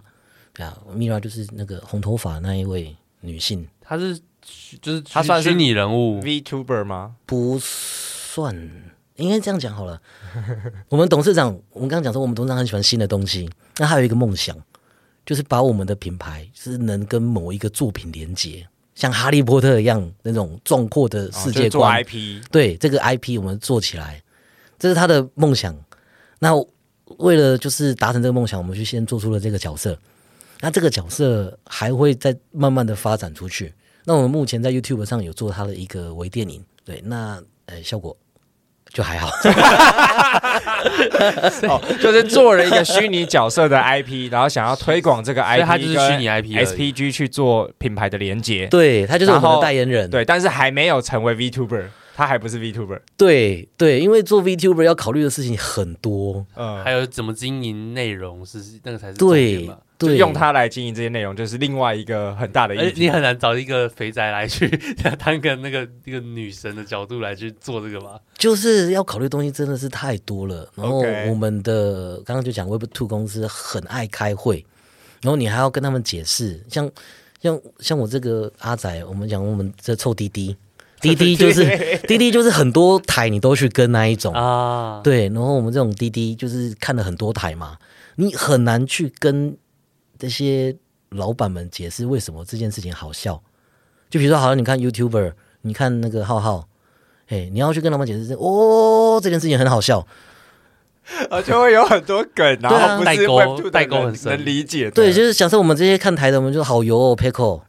对啊，Mira 就是那个红头发那一位女性，
他是虚就是
他
虚
算是
虚拟人物，
VTuber 吗？
不算，应该这样讲好 了。我们董事长，我们刚刚讲说，我们董事长很喜欢新的东西，那还有一个梦想，就是把我们的品牌是能跟某一个作品连接，像哈利波特一样那种壮阔的
哦
世
就是
界
做
观。
IP，
对这个 IP 我们做起来，这是他的梦想。那为了就是达成这个梦想，我们就先做出了这个角色。那这个角色还会再慢慢的发展出去。那我们目前在 YouTube 上有做他的一个微电影，对，那呃效果就 还好。
哦，就是做了一个虚拟角色的 IP，然后想要推广这个 IP，
所以他就是虚拟 IP 而已
SPG 去做品牌的连接。
对他就是我们
然后
的代言人。
对，但是还没有成为 VTuber，他还不是 VTuber。
对对，因为做 VTuber 要考虑的事情很多，
嗯，
还有怎么经营内容是那个才是重点
对
嘛。
对，
用它来经营这些内容，就是另外一个很大的
而
议
且你
题。
很难找一个肥宅来去 当个那个一个女神的角度来去做这个吧？
就是要考虑的东西真的是太多了。然后
OK
我们的刚刚就讲 Web Two 公司很爱开会，然后你还要跟他们解释，像像像我这个阿仔，我们讲我们这臭滴滴，滴滴就是滴滴就是很多台你都去跟那一种，
啊，
哦对，然后我们这种滴滴就是看了很多台嘛，你很难去跟这些老板们解释为什么这件事情好笑。就比如说，好像你看 YouTuber，你看那个浩浩，哎，你要去跟他们解释，哦，这件事情很好笑。
而且呃会有很多梗，然后不
代
是
沟
Web 2
代沟
的人
很深
能理解的。
对，就是假设我们这些看台的，我们就好油哦，pickle。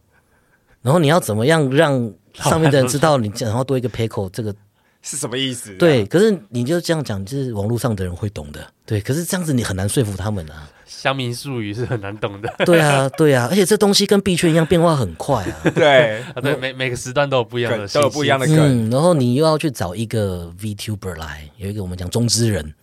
然后你要怎么样让上面的人知道你，然后多一个 pickle 这个
是什么意思？啊
对？，可是你就这样讲，就是网络上的人会懂的。对，可是这样子你很难说服他们啊。
乡民术语是很难懂的。
对啊，对啊，而且这东西跟币圈一样，变化很快啊。
对，
啊，对，每每个时段都有不一样的
梗
信息，
都有不一样的梗，
嗯，然后你又要去找一个 VTuber 来，有一个我们讲中之人，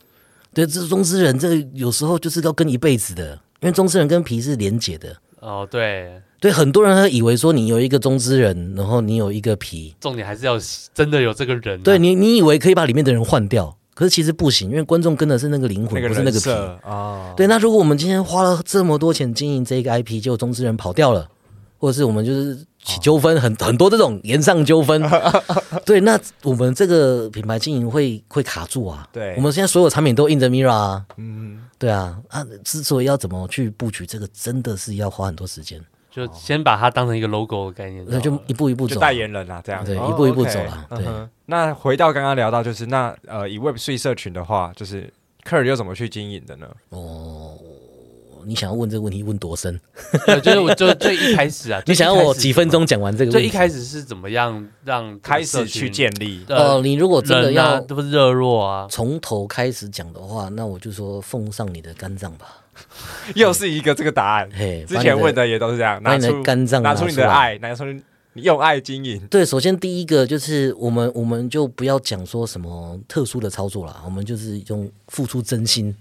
对，这中之人这有时候就是要跟一辈子的，因为中之人跟皮是连结的。
哦，对，
对，很多人会以为说你有一个中之人，然后你有一个皮，
重点还是要真的有这个人啊、
对你，你以为可以把里面的人换掉，可是其实不行，因为观众跟的是那个灵魂，
那个
不是那
人
个皮。
设啊，
对，那如果我们今天花了这么多钱经营这个 IP，结果中之人跑掉了，或者是我们就是起纠纷，很很多这种延上纠 纷，对，那我们这个品牌经营会会卡住啊。
对
我们现在所有产品都印着 Mira 啊，嗯，对啊，啊，之所以要怎么去布局这个，真的是要花很多时间，
就先把它当成一个 logo 的概念好了，
那就一步一步
就
走啊，
代言人啊，这样
对
哦
一步一步
OK
走啦对
嗯哼那回到刚刚聊到，就是那呃，以 Web 3社群的话，就是 Curry 又怎么去经营的呢？
你想要问这个问题问多深？
对就是我就最一开始啊，
你想要
最一开
我
始
几分钟讲完这个
最
问
一
题？
开始是怎么样让这个
开
社
始
群
去建立，
呃
哦，你如果真的
人啊，
要
这不是热络啊，
从头开始讲的话，那我就说奉上你的肝脏吧。
又是一个这个答案。
嘿，
之前问
的
的也都是这样，
把
拿
你的
出
肝脏
拿
出
出你的
来。
爱，拿出你用爱经营。
对，首先第一个就是我们我们就不要讲说什么特殊的操作啦，我们就是用付出真心，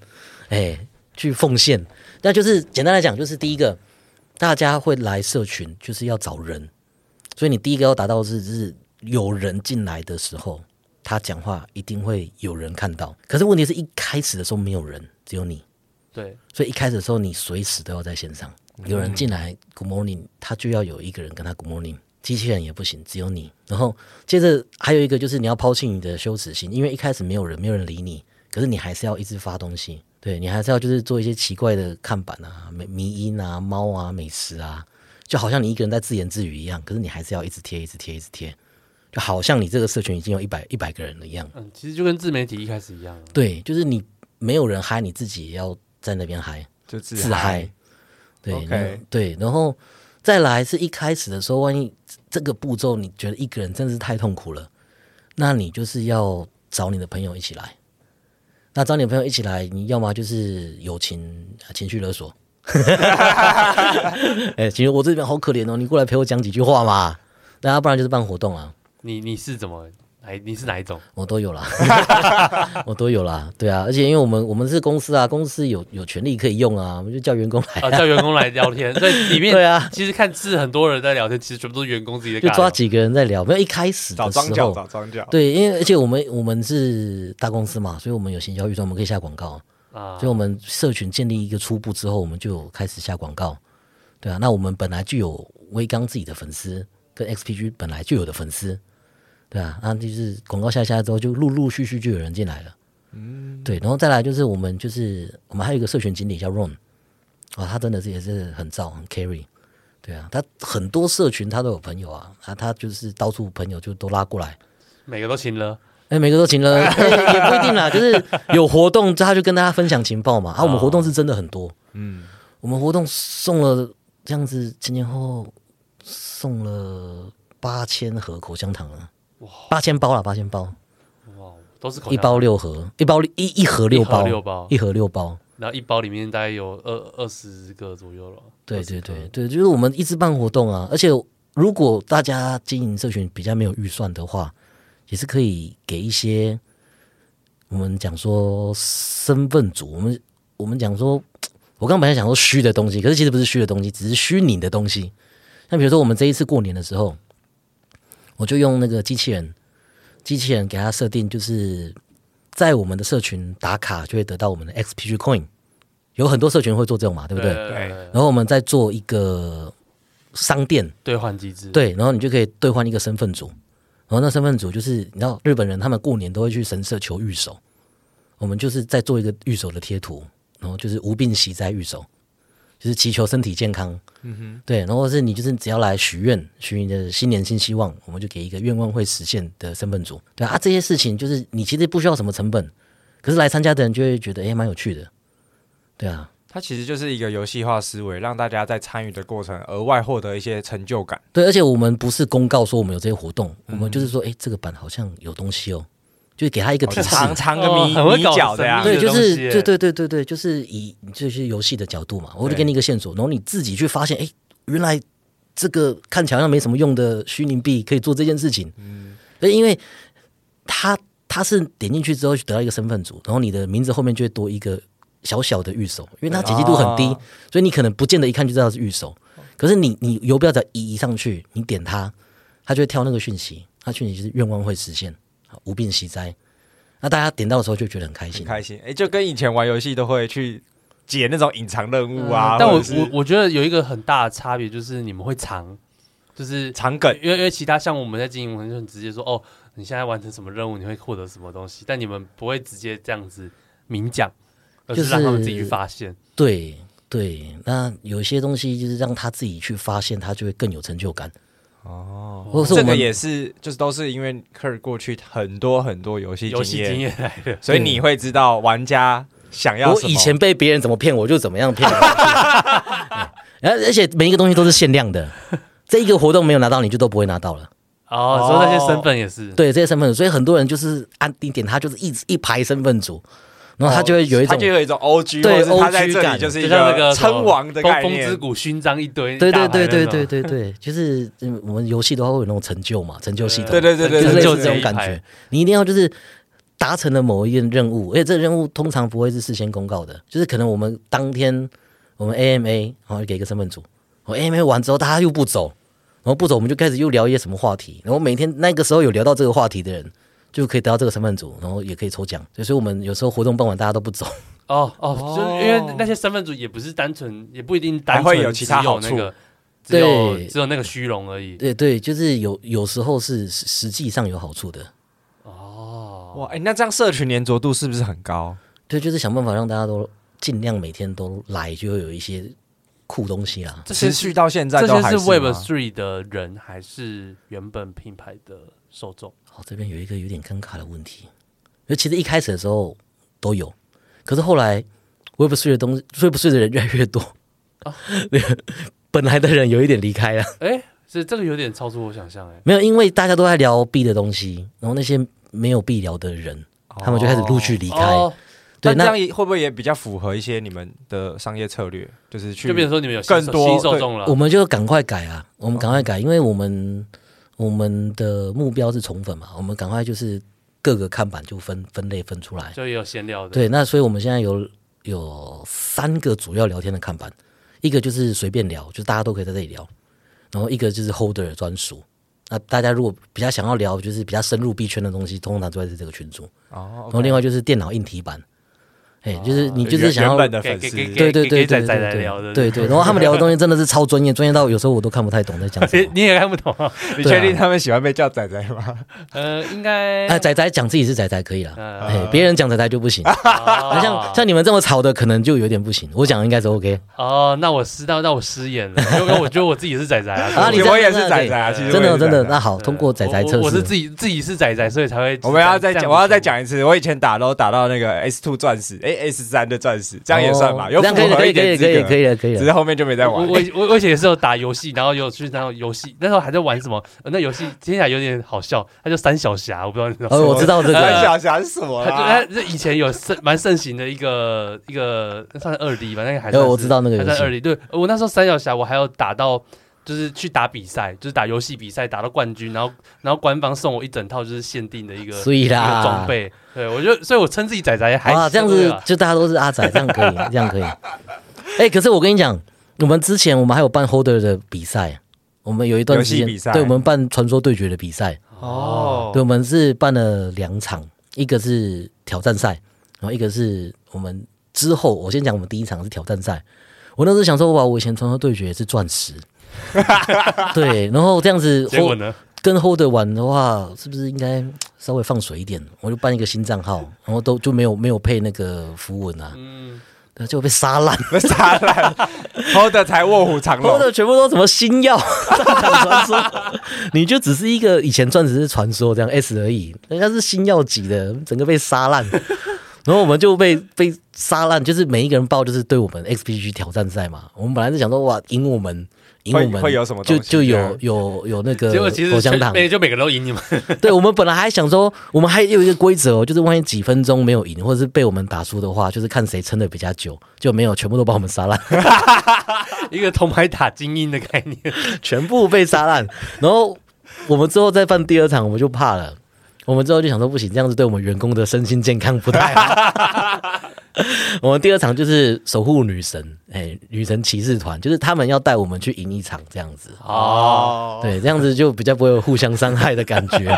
哎，去奉献。那就是简单来讲，就是第一个，大家会来社群就是要找人，所以你第一个要达到的是是有人进来的时候，他讲话一定会有人看到。可是问题是一开始的时候没有人，只有你。
对，
所以一开始的时候，你随时都要在线上。有人进来 Good morning，他就要有一个人跟他 Good morning，机器人也不行，只有你。然后接着还有一个就是你要抛弃你的羞耻心，因为一开始没有人，没有人理你，可是你还是要一直发东西，对你还是要就是做一些奇怪的看板啊、迷迷音啊、猫啊、美食啊，就好像你一个人在自言自语一样，可是你还是要一直贴、一直贴、一直贴，就好像你这个社群已经有一百一百个人了一样。
嗯，其实就跟自媒体一开始一样啊，
对，就是你没有人嗨，你自己也要在那边嗨。
就哎自
自嗨。对
OK
然后对，然后再来是一开始的时候，万一这个步骤你觉得一个人真的是太痛苦了，那你就是要找你的朋友一起来。那找你的朋友一起来，你要么就是友情啊情绪勒索， 哎、其实我这边好可怜哦，你过来陪我讲几句话嘛。那要不然就是办活动啊，
你你是怎么哪一你是哪一 种？
我都有啦，我都有啦，对啊，而且因为我们我们是公司啊，公司有有权利可以用啊，我们就叫员工来、
啊，叫员工来 聊天，所以里面
对啊，
其实看是很多人在聊天，其实全部都是员工自己在
就
尬
抓
聊
几个人在聊，没有一开始
找
的时
庄脚，
候，
找庄脚。
对，因为而且我们我们是大公司嘛，所以我们有行销预算，我们可以下广告，
啊
所以，我们社群建立一个初步之后，我们就有开始下广告，对啊，那我们本来就有微刚自己的粉丝跟 XPG 本来就有的粉丝，对啊，那就是广告下下之后，就陆陆续续就有人进来了，嗯，对，然后再来就是我们就是我们还有一个社群经理叫 Ron，啊，他真的是也是很燥很 carry，对啊，他很多社群他都有朋友啊，啊，他就是到处朋友就都拉过来。
每个都请了，
哎，每个都请 了，哎也不一定啦，就是有活动，他就跟大家分享情报嘛。
哦
啊，我们活动是真的很多，嗯，我们活动送了这样子前前后后送了八千盒口香糖啊，八千包啦，八千包，
哇，都是口
一
香
包六盒，一包一一盒六
一
包，
盒六包
一盒六包，
然后一包里面大概有二二十个左右了。
对对
20个
对，对，就是我们一直办活动啊，而且如果大家经营社群比较没有预算的话，也是可以给一些我们讲说身份组，我们我们讲说，我刚本来想说虚的东西，可是其实不是虚的东西，只是虚拟的东西。那比如说我们这一次过年的时候，我就用那个机器人，机器人给它设定就是在我们的社群打卡就会得到我们的 XPG Coin，有很多社群会做这种嘛，对不对？
对
对
对
然后我们再做一个商店，
兑换机制，
对，然后你就可以兑换一个身份组，然后那身份组就是你知道日本人他们过年都会去神社求御守，我们就是在做一个御守的贴图，然后就是无病息灾御守，就是祈求身体健康。嗯哼，对，然后是你就是只要来许愿，许你的新年新希望，我们就给一个愿望会实现的身份组。对啊，啊这些事情就是你其实不需要什么成本，可是来参加的人就会觉得哎蛮有趣的，对啊，
它其实就是一个游戏化思维，让大家在参与的过程额外获得一些成就感。
对，而且我们不是公告说我们有这些活动，我们就是说，哎、这个版好像有东西哦， 就是给他一个
哦
提
就
示。
藏藏个
哦
迷
很会
迷
搞
角的呀
神秘，
对，
的
就
东
是
西耶
对对对对对，就是以就是游戏的角度嘛，我就给你一个线索，然后你自己去发现，哎、原来这个看起来好像没什么用的虚拟币可以做这件事情。嗯，对，因为他他是点进去之后去得到一个身份组，然后你的名字后面就会多一个小小的预手，因为它解析度很低，
哦
所以你可能不见得一看就知道是预手。可是你你游标只要移移上去，你点它，它就会跳那个讯息，它讯息就是愿望会实现，好无病息灾。那大家点到的时候就觉得很开心
很，开心。哎，就跟以前玩游戏都会去解那种隐藏任务啊，
嗯
但我
或者是
我我觉得有一个很大的差别就是你们会藏，就是
藏梗，
因为因为其他像我们在经营，我们就很直接说哦，你现在完成什么任务，你会获得什么东西，但你们不会直接这样子明讲，而
就是
是让他们自己去发现。
对对，那有些东西就是让他自己去发现，他就会更有成就感。哦，或者是我
这个
们
也是就是都是因为克尔过去很多很多游戏
游戏经
验，
验来的，
所以你会知道玩家想要
我
什么
以前被别人怎么骗，我就怎么样骗。哎而而且每一个东西都是限量的，这一个活动没有拿到，你就都不会拿到了。
哦，你说那些身份也是，
对这些身份，所以很多人就是按定点，他就是一直一排身份组，然后他就会有一
哦他
种、
就有一种 O G，
对
或者是他在
OG
这里
感
就是一
就像那
个
个
称王的概
风风
念
之。谷勋章一堆，
对
大
对
牌那
对对
种
对对对， 就是嗯我们游戏的话会有那种成就嘛，成就系统，
对对对对
就是
对，
类
就
似这种感
这一
觉。你一定要就是达成了某一件任务，而且这个任务通常不会是事先公告的，就是可能我们当天我们 AMA 然后哦给一个身份组，我 AMA 完之后大家又不走，然后不走我们就开始又聊一些什么话题，然后每天那个时候有聊到这个话题的人。就可以得到这个身份组，然后也可以抽奖。所以所以我们有时候活动办完，大家都不走。
哦哦，就是因为那些身份组也不是单纯，也不一定单
还
纯
会有其他
只有
好处
那个，只有
对
只有那个虚荣而已。
对对，就是有有时候是实实际上有好处的。
哇，哎，那这样社群粘着度是不是很高？
对，就是想办法让大家都尽量每天都来，就会有一些酷东西啦。
这
持
些
续到现在
这
都还
些是
吗
Web Three 的人，还是原本品牌的受众？
好，哦这边有一个有点尴尬的问题，因为其实一开始的时候都有，可是后来 Web 3的东西，Web 3的人越来越多， 本来的人有一点离开了，
哎，是这个有点超出我想象哎。
没有，因为大家都在聊 B 的东西，然后那些没有 B 聊的人，他们就开始陆续离开。
哦，
对，
但
那
这样也会不会也比较符合一些你们的商业策略？就是去
就变成说你们有
更
新手
多
新受众了
我。们就赶快改啊，我们赶快改，因为我们我们的目标是宠粉嘛，我们赶快就是各个看板就分分类分出来。
就也有闲聊的，，
对，那所以我们现在有有三个主要聊天的看板，一个就是随便聊，就大家都可以在这里聊，然后一个就是 holder 的专属。那大家如果比较想要聊，就是比较深入币圈的东西，通常都在这个群组。
哦
然后另外就是电脑硬体版，哎、就是你就是
原
想要
啊原本的
给
粉丝
给给
对对
给
对
仔
对
仔
对
来
对
聊的
对 对。然后他们聊的东西真的是超专业，专业到有时候我都看不太懂在讲什
诶
么。
你也看不懂啊。
你
对
确
啊
定他们喜欢被叫仔仔吗？
呃，应该
哎，仔仔讲自己是仔仔可以啦，
嗯
呃，
哎，别人讲仔仔就不行。
哦
那 像像你们这么吵的，可能就有点不行。我讲应该是 OK。
哦，那我失到，那我失言了，因为因为我觉得我自己是仔 仔
啊
啊，
你
其实
这
我
样
也
真
是
的
仔
对
仔啊，其实
真
我
的
也是
真的，
仔仔
那好，通过仔仔测试，
我我是自己自己是仔仔，所以才会
我们要再
这
讲，
样子
我要再讲一次。我以前打都打到那个 S two 钻石，哎 S 三的钻石，这样也算吧，
哦
有
这样
符
可以了，
合
可以
一
可以
点
可以可
资
以了，可以
格，
了。
只是啊后面就没再
我
玩。
我我我以前也是有打游戏，然后有去那种游戏，那时候还在玩什么，呃那游戏听起来有点好笑，它叫三小侠，我不知道你知道吗。
哦，我知道这
三
个，
小侠是什么
它就
啦
它？这以前有盛蛮盛行的一个一个算是二 D 吧，那个还
呃，
算
我
是
知道那个
还
游
在二
戏，
里，对我那时候三小侠，我还有打到就是去打比赛，就是打游戏比赛，打到冠军，然后然后官方送我一整套就是限定的一个
所以
一个
啦，
装备，对我就所以我称自己仔仔还
啊，这样
对
子
啊
就大家都是阿仔，这样可以， 这样可以。哎、可是我跟你讲，我们之前我们还有办 holder 的比赛，我们有一段时
游
间
戏比赛
对，我们办传说对决的比赛，
哦
对，我们是办了两场，一个是挑战赛，然后一个是我们之后，我先讲我们第一场是挑战赛。我那时候想说，哇，我以前传说对决也是钻石，对，然后这样子，
结果呢？
跟 Holder 玩的话，是不是应该稍微放水一点？我就办一个新账号，然后都就没有没有配那个符文啊，
嗯，
那就被杀烂。
被杀烂，Hold 才卧虎藏龙
Holder 全部都什么星 耀、战场传说，你就只是一个以前钻石是传说这样 S 而已，人家是星耀级的，整个被杀烂。然后我们就被被杀烂，就是每一个人报就是对我们 XPG 挑战赛嘛。我们本来是想说哇，赢我们，赢我
会
们
会有什么东
就
西啊
就
这样
有有有那个
结果其实
口香
全
糖，
每就每个人都赢你们，
对，我们本来还想说，我们还有一个规则哦，就是万一几分钟没有赢，或者是被我们打输的话，就是看谁撑的比较久，就没有全部都把我们杀烂，
一个铜牌打精英的概念。
全部被杀烂。 然后我们之后再办第二场，我们就怕了。我们之后就想说，不行，这样子对我们员工的身心健康不太好。我们第二场就是守护女神，哎、女神骑士团，就是他们要带我们去赢一场这样子。
哦。
对，这样子就比较不会有互相伤害的感觉。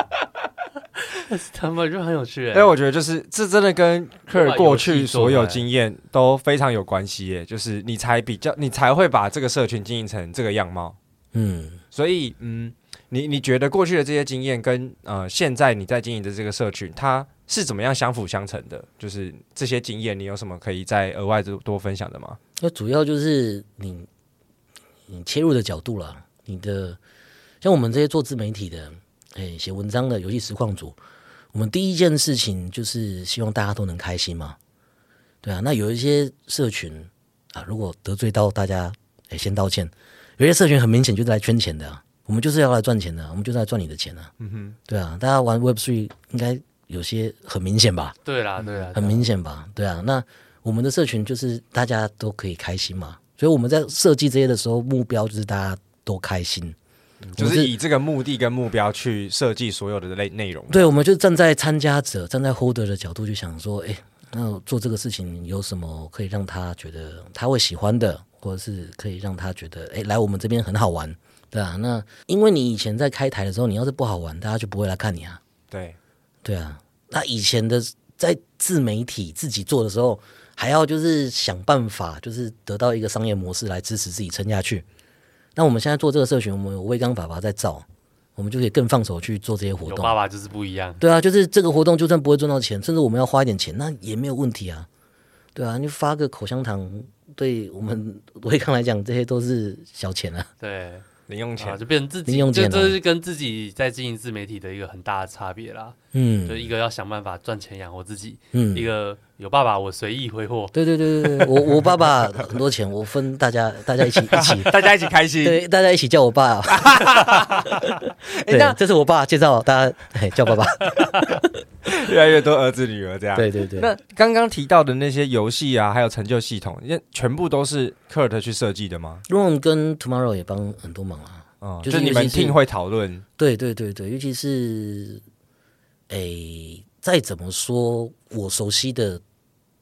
他们就很有趣、欸。
因
哎
为我觉得就是这真的跟科尔过去所有
哇有趣
经验都非常有关系耶，就是你才比较，你才会把这个社群经营成这个样貌。
嗯，
所以，嗯，你你觉得过去的这些经验跟呃现在你在经营的这个社群，它是怎么样相辅相成的？就是这些经验，你有什么可以再额外多多分享的吗？
那主要就是你你切入的角度啦，你的像我们这些做自媒体的，哎，写文章的游戏实况组，我们第一件事情就是希望大家都能开心嘛，对啊。那有一些社群啊，如果得罪到大家，哎，先道歉。有些社群很明显就是来圈钱的、啊，我们就是要来赚钱的啊、我们就是来赚你的钱啊，嗯哼，对啊。大家玩 Web Three 应该有些很明显吧？
对啦，对啦，
很明显吧？对啊，那我们的社群就是大家都可以开心嘛，所以我们在设计这些的时候，目标就是大家都开心。
就
嗯我们
是以这个目的跟目标去设计所有的类内容。
对，我们就站在参加者、站在 holder 的角度去想说，哎，那做这个事情有什么可以让他觉得他会喜欢的，或者是可以让他觉得，哎，来我们这边很好玩，对啊。那因为你以前在开台的时候，你要是不好玩，大家就不会来看你啊。
对，
对啊，那以前的在自媒体自己做的时候，还要就是想办法，就是得到一个商业模式来支持自己撑下去。那我们现在做这个社群，我们有威刚爸爸在造，我们就可以更放手去做这些活
有
动
爸。爸就是不一样。
对啊，就是这个活动就算不会赚到钱，甚至我们要花一点钱，那也没有问题啊。对啊，你发个口香糖，对我们威刚来讲，这些都是小钱啊。
对，
零用钱
啊，就变成自己，
零用
这
钱啊
这是跟自己在经营自媒体的一个很大的差别啦。就
嗯
一个要想办法赚钱养活自己，
嗯
一个有爸爸我随意挥霍，
对对对对对，我我爸爸很多钱，我分大家大家一起一起
大家一起开 心。
对，大家一起叫我 爸。对，这是我爸介绍，大家哎叫爸爸。
越来越多儿子女儿这 样。
对对对，
那刚刚提到的那些游戏啊，还有成就系统，因为全部都是 Kurt 去设计的吗？
Ron 跟 Tomorrow 也帮很多忙啊。
嗯，就
就是
是你们
尤其是
team 会讨论，
对对对对，尤其是哎，再怎么说，我熟悉的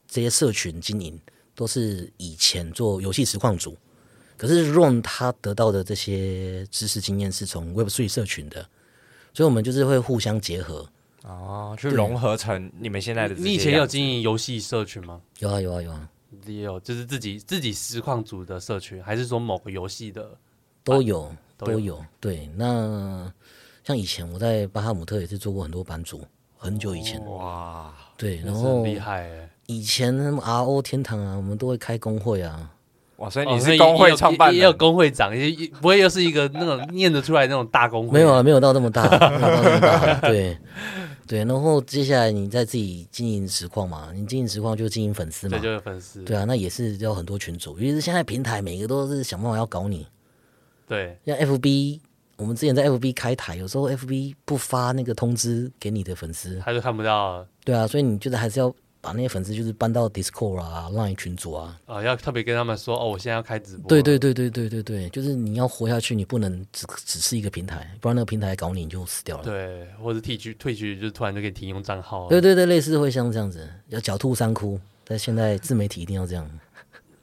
这些社群经营都是以前做游戏实况组，可是 Ron 他得到的这些知识经验是从 Web Three 社群的，所以我们就是会互相结合。
哦，去融合成你们现在的这些
你
样子。
以前有经营游戏社群吗？
有啊有啊有啊，
也有，就是自己自己实况组的社群，还是说某个游戏的？
都有，
都
都
有
有。对，那像以前我在巴哈姆特也是做过很多版主，很久以前。
哇，
对，
那
然
是
后
很厉害哎！
以前什么 RO 天堂啊，我们都会开工会啊。
哇，所以
哦
你
所
是
以
工
也
会
有
创办
也有
人，
工会长，也也不会又是一个那 种念得出来那种大工会？
没有啊，没有到那么大，没有到那么大。对，对。然后接下来你再自己经营实况嘛，你经营实况就经营粉丝
对，
嘛
就。是粉丝，
对啊，那也是要很多群主，尤其是现在平台每个都是想办法要搞你。
对
像 FB，我们之前在 FB 开台，有时候 FB 不发那个通知给你的粉丝，
他就看不到
对啊，所以你就是还是要把那些粉丝就是搬到 Discord 啊、Line 群组啊。
啊，要特别跟他们说哦，我现在要开直播了。
对对对对对对对，就是你要活下去，你不能只只是一个平台，不然那个平台搞你，你就死掉了。
对，或者 T 区退区，就突然就给你停用账号了。
对对对，类似会像这样子，要狡兔三窟。但现在自媒体一定要这样。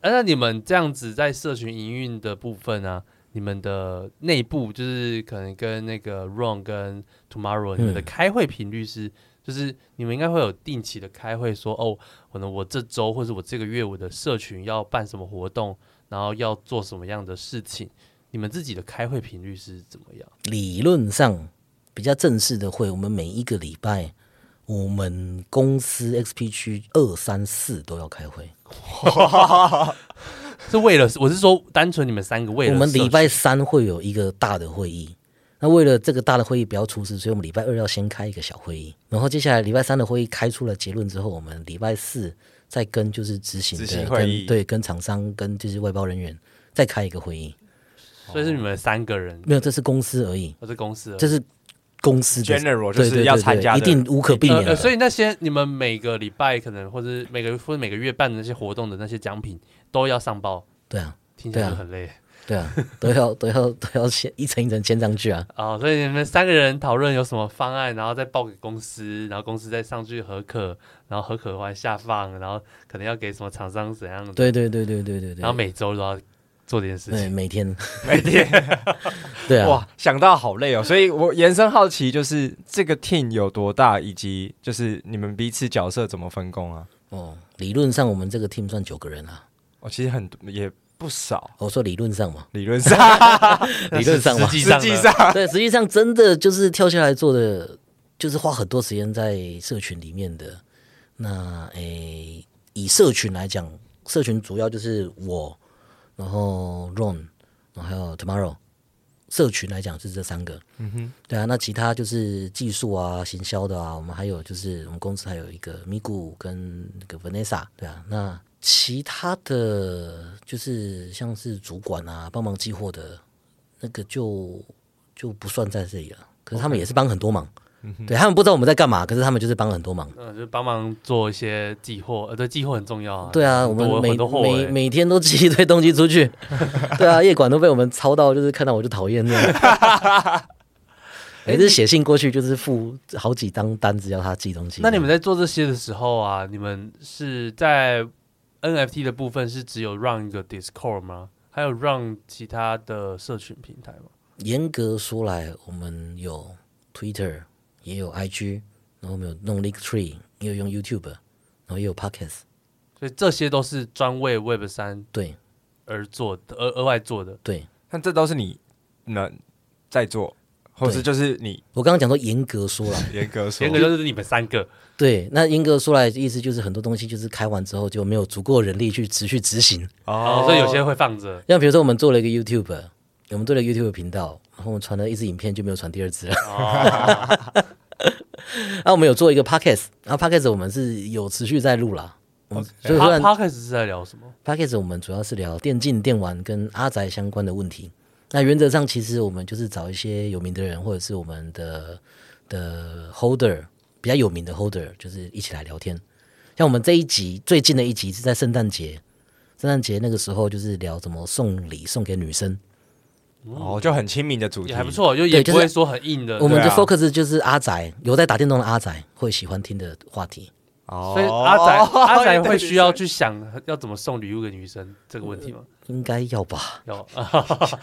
啊，那你们这样子在社群营运的部分啊，你们的内部就是可能跟那个 Ron 跟 Tomorrow 你们的
嗯
开会频率是，就是你们应该会有定期的开会说，哦，可能我这周或者我这个月我的社群要办什么活动，然后要做什么样的事情，你们自己的开会频率是怎么样？
理论上比较正式的会，我们每一个礼拜，我们公司 XP 区二三四都要开会。
是为了我是说单纯你们三个为了
我们礼拜
社
三会有一个大的会议，那为了这个大的会议不要出事，所以我们礼拜二要先开一个小会议，然后接下来礼拜三的会议开出了结论之后，我们礼拜四再跟就是执行的
执行会议
跟对跟厂商跟就是外包人员再开一个会议，
区，所以是你们三个人，
没有，这是公司而已，
我是公司而已，
这是公司的
General 就
对
是
对
要
对
参加
对，
的
一定无可避免
呃呃
的。
所以那些你们每个礼拜可能或者每个或者每个月办的那些活动的那些奖品都要上报，
对啊，
听起来
对啊
就很累。
对啊，都要都要都要先一层一层签上去啊。
哦，所以你们三个人讨论有什么方案，然后再报给公司，然后公司再上去核可，然后核可完下放，然后可能要给什么厂商怎样的，
对对对对对对对。
然后每周都要做这件事
对
情。
每天
每天
对啊，
哇，想到好累哦，所以我延伸好奇，就是这个 team 有多大，以及就是你们彼此角色怎么分工啊？
哦，理论上我们这个 team 算九个人啊。
哦，其实很多也不少，
我说理论上嘛，
理论上，
理论上
实
嘛，
际
实
上
际
呢，
上
对，实际上真的就是跳下来做的，就是花很多时间在社群里面的。那诶，以社群来讲，社群主要就是我，然后 Ron，然后还有 Tomorrow。社群来讲是这三个，嗯哼，对啊，那其他就是技术啊、行销的啊，我们还有就是我们公司还有一个咪咕跟那个 Vanessa，对啊，那其他的就是像是主管啊、帮忙寄货的那个就就不算在这里了。可是他们也是帮很多忙对他们不知道我们在干嘛，可是他们就是帮了很多忙。
嗯，就帮忙做一些寄货，呃，对，寄货很重要啊。
对啊，我
很
们
多
每
很多货
每
欸
每天都寄一堆东西出 去，对啊，夜管都被我们抄到，就是看到我就讨厌这样。 每次写信过去就是付好几张单子要他寄东西。
那你们在做这些的时候啊，你们是在 NFT 的部分是只有 run 一个 Discord 吗？还有 run 其他的社群平台吗？
严格说来，我们有 Twitter，也有 IG，然后我们有弄 Link Tree，也有用 YouTube，然后也有 Podcast。
所以这些都是专为 Web 三
对
而做的，额额外做的。
对，
但这都是你能在做，或是
对
就是你
我刚刚讲说严格说来，
严格说
严格就是你们三个，
对，那英格说来的意思就是很多东西就是开完之后就没有足够人力去持续执行。
哦，所以有些会放着。
像比如说我们做了一个 YouTube，我们做了一个 YouTube 频道，然后我们传了一支影片就没有传第二支了。
哦，
那、我们有做一个 Podcast，然后 Podcast 我们是有持续在录啦。我们所以说
p o d c a s 是在聊什么？
Podcast 我们主要是聊电竞、电玩跟阿宅相关的问题。那原则上其实我们就是找一些有名的人，或者是我们的的 holder 比较有名的 holder，就是一起来聊天。像我们这一集最近的一集是在圣诞节，圣诞节那个时候就是聊怎么送礼送给女生，
哦，就很亲民的主题，
也还不。错，就也
对就
不
是
会说很硬的。
我们
对
的
啊
focus 就是阿宅，有在打电动的阿宅会喜欢听的话题。
哦，
所以阿仔阿仔会需要去想要怎么送礼物给女生这个问 题吗？
应该要吧？
要，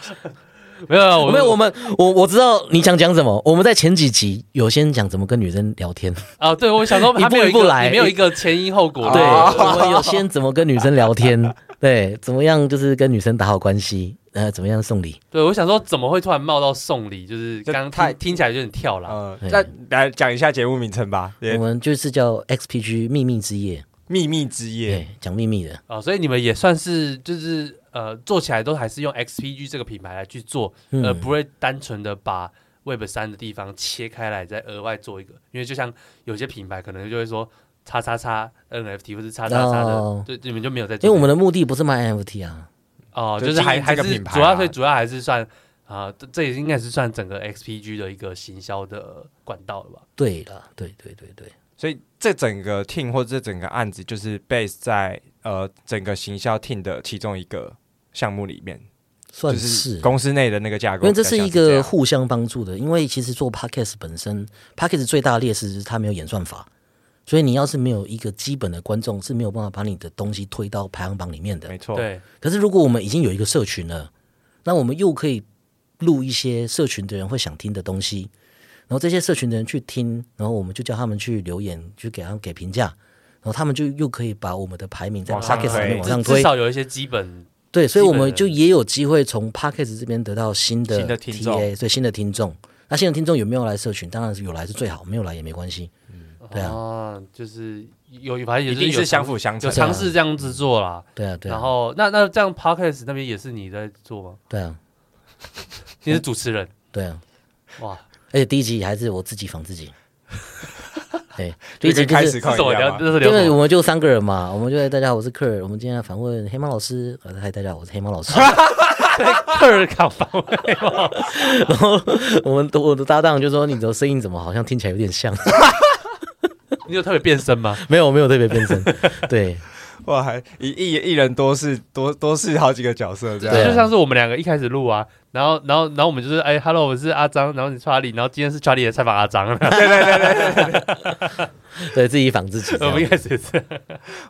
没有，我
没有，我们我我知道你想讲什么。我们在前几集有先讲怎么跟女生聊天，
啊，对我想说
一
他
步
没有
一步
个
来
你没有一个前因后果的。
对， 我们有先怎么跟女生聊天， 对，怎么样就是跟女生打好关系，呃，怎么样送礼，
对，我想说怎么会突然冒到送礼？就是
就
刚刚
太
听听起来就很跳
嗯
啦。
呃，那来讲一下节目名称吧，
我
也
们就是叫 XPG 秘密之夜，
秘密之夜
对，讲秘密的，
啊，所以你们也算是就是呃，做起来都还是用 XPG 这个品牌来去做，
嗯
而呃不会单纯的把 Web 三的地方切开来再额外做一个，因为就像有些品牌可能就会说叉叉叉 NFT 或是叉叉叉的
哦，
对，你们就没有在做这个，
因为我们的目的不是卖 NFT 啊，
哦，
就
就是还
经营这
还
个
是
品牌
主要
啊
最主要还是算啊，这这也应该是算整个 XPG 的一个行销的管道了吧？
对了，对对对对，
所以这整个 team 或者这整个案子就是 base 在呃整个行销 team 的其中一个项目里面，
算
就是
是。
公司内的那个架构
因为
比
这
较像这
是
样。
一个互相帮助的，因为其实做 podcast 本身，podcast 最大的劣势就是它没有演算法，所以你要是没有一个基本的观众是没有办法把你的东西推到排行榜里面的。
没错，
对，
可是如果我们已经有一个社群了，那我们又可以录一些社群的人会想听的东西，然后这些社群的人去听，然后我们就叫他们去留言，去给他们给评价，然后他们就又可以把我们的排名在
往上
Podcast
推
里面往上
嗯至
推
至。少有一些基本
对，所以我
基本
们
的
就也有机会从 Podcast 这边得到新
新的
的
听众
TA，所以新的听众。那现在听众有没有来社群？当然是有来是最好，没有来也没关系。对啊
啊，就是有，反正也
一定
有
是相
尝
辅相成
有
啊。
尝试这样子做啦。
对啊，对
然
啊，
后那那这样 podcast 那边也是你在做吗？
对啊，
你是主持人
对啊。
哇？
而且第一集还是我自己仿自 己。对，第
就
一集
跟
就
开
是
始靠
是我
一样啊
聊，
嘛
这是聊
因为
什么
我们就三个人嘛，我们就在大家好，我是克尔，我们今天来访问黑猫老师，呃，嗨，大家好，我是黑猫老 师。
克尔卡访问
然后我们我的搭档就说：“你的声音怎么好像听起来有点 像
你有特别变身吗？？”
没有，没有特别变声。对
哇，还一一一人多饰多多饰好几个角色这样。
对啊
就像是我们两个一开始录啊，然后然后然后我们就是哎，hello，我是阿张，然后你是查理，然后今天是查理的采访阿张，
对，自己仿自己这
我们一
样。
开始也是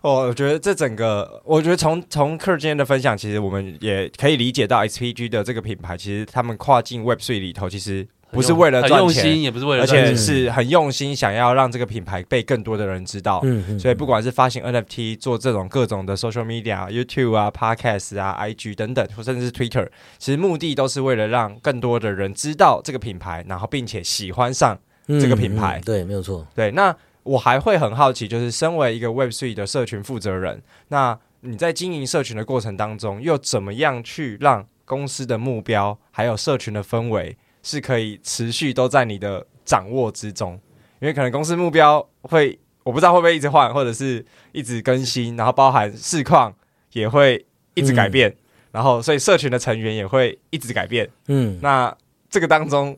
哦，我觉得这整个，我觉得从从客今天的分享，其实我们也可以理解到 XPG 的这个品牌，其实他们跨进 Web 3里头，其实不是为了
很
赚
用
钱，
心，也不是为了
而
赚
且
钱，
是很用心想要让这个品牌被更多的人知道。
嗯嗯，
所以不管是发行 NFT、做这种各种的 social media 啊、YouTube 啊、Podcast 啊、IG 等等，甚至是 Twitter，其实目的都是为了让更多的人知道这个品牌，然后并且喜欢上。
嗯
这个品牌
嗯嗯对，没有错。
对，那我还会很好奇，就是身为一个 Web Three 的社群负责人，那你在经营社群的过程当中，又怎么样去让公司的目标还有社群的氛围是可以持续都在你的掌握之中？因为可能公司目标会，我不知道会不会一直换，或者是一直更新，然后包含市况也会一直改变，然后所以社群的成员也会一直改变。
嗯，
那这个当中，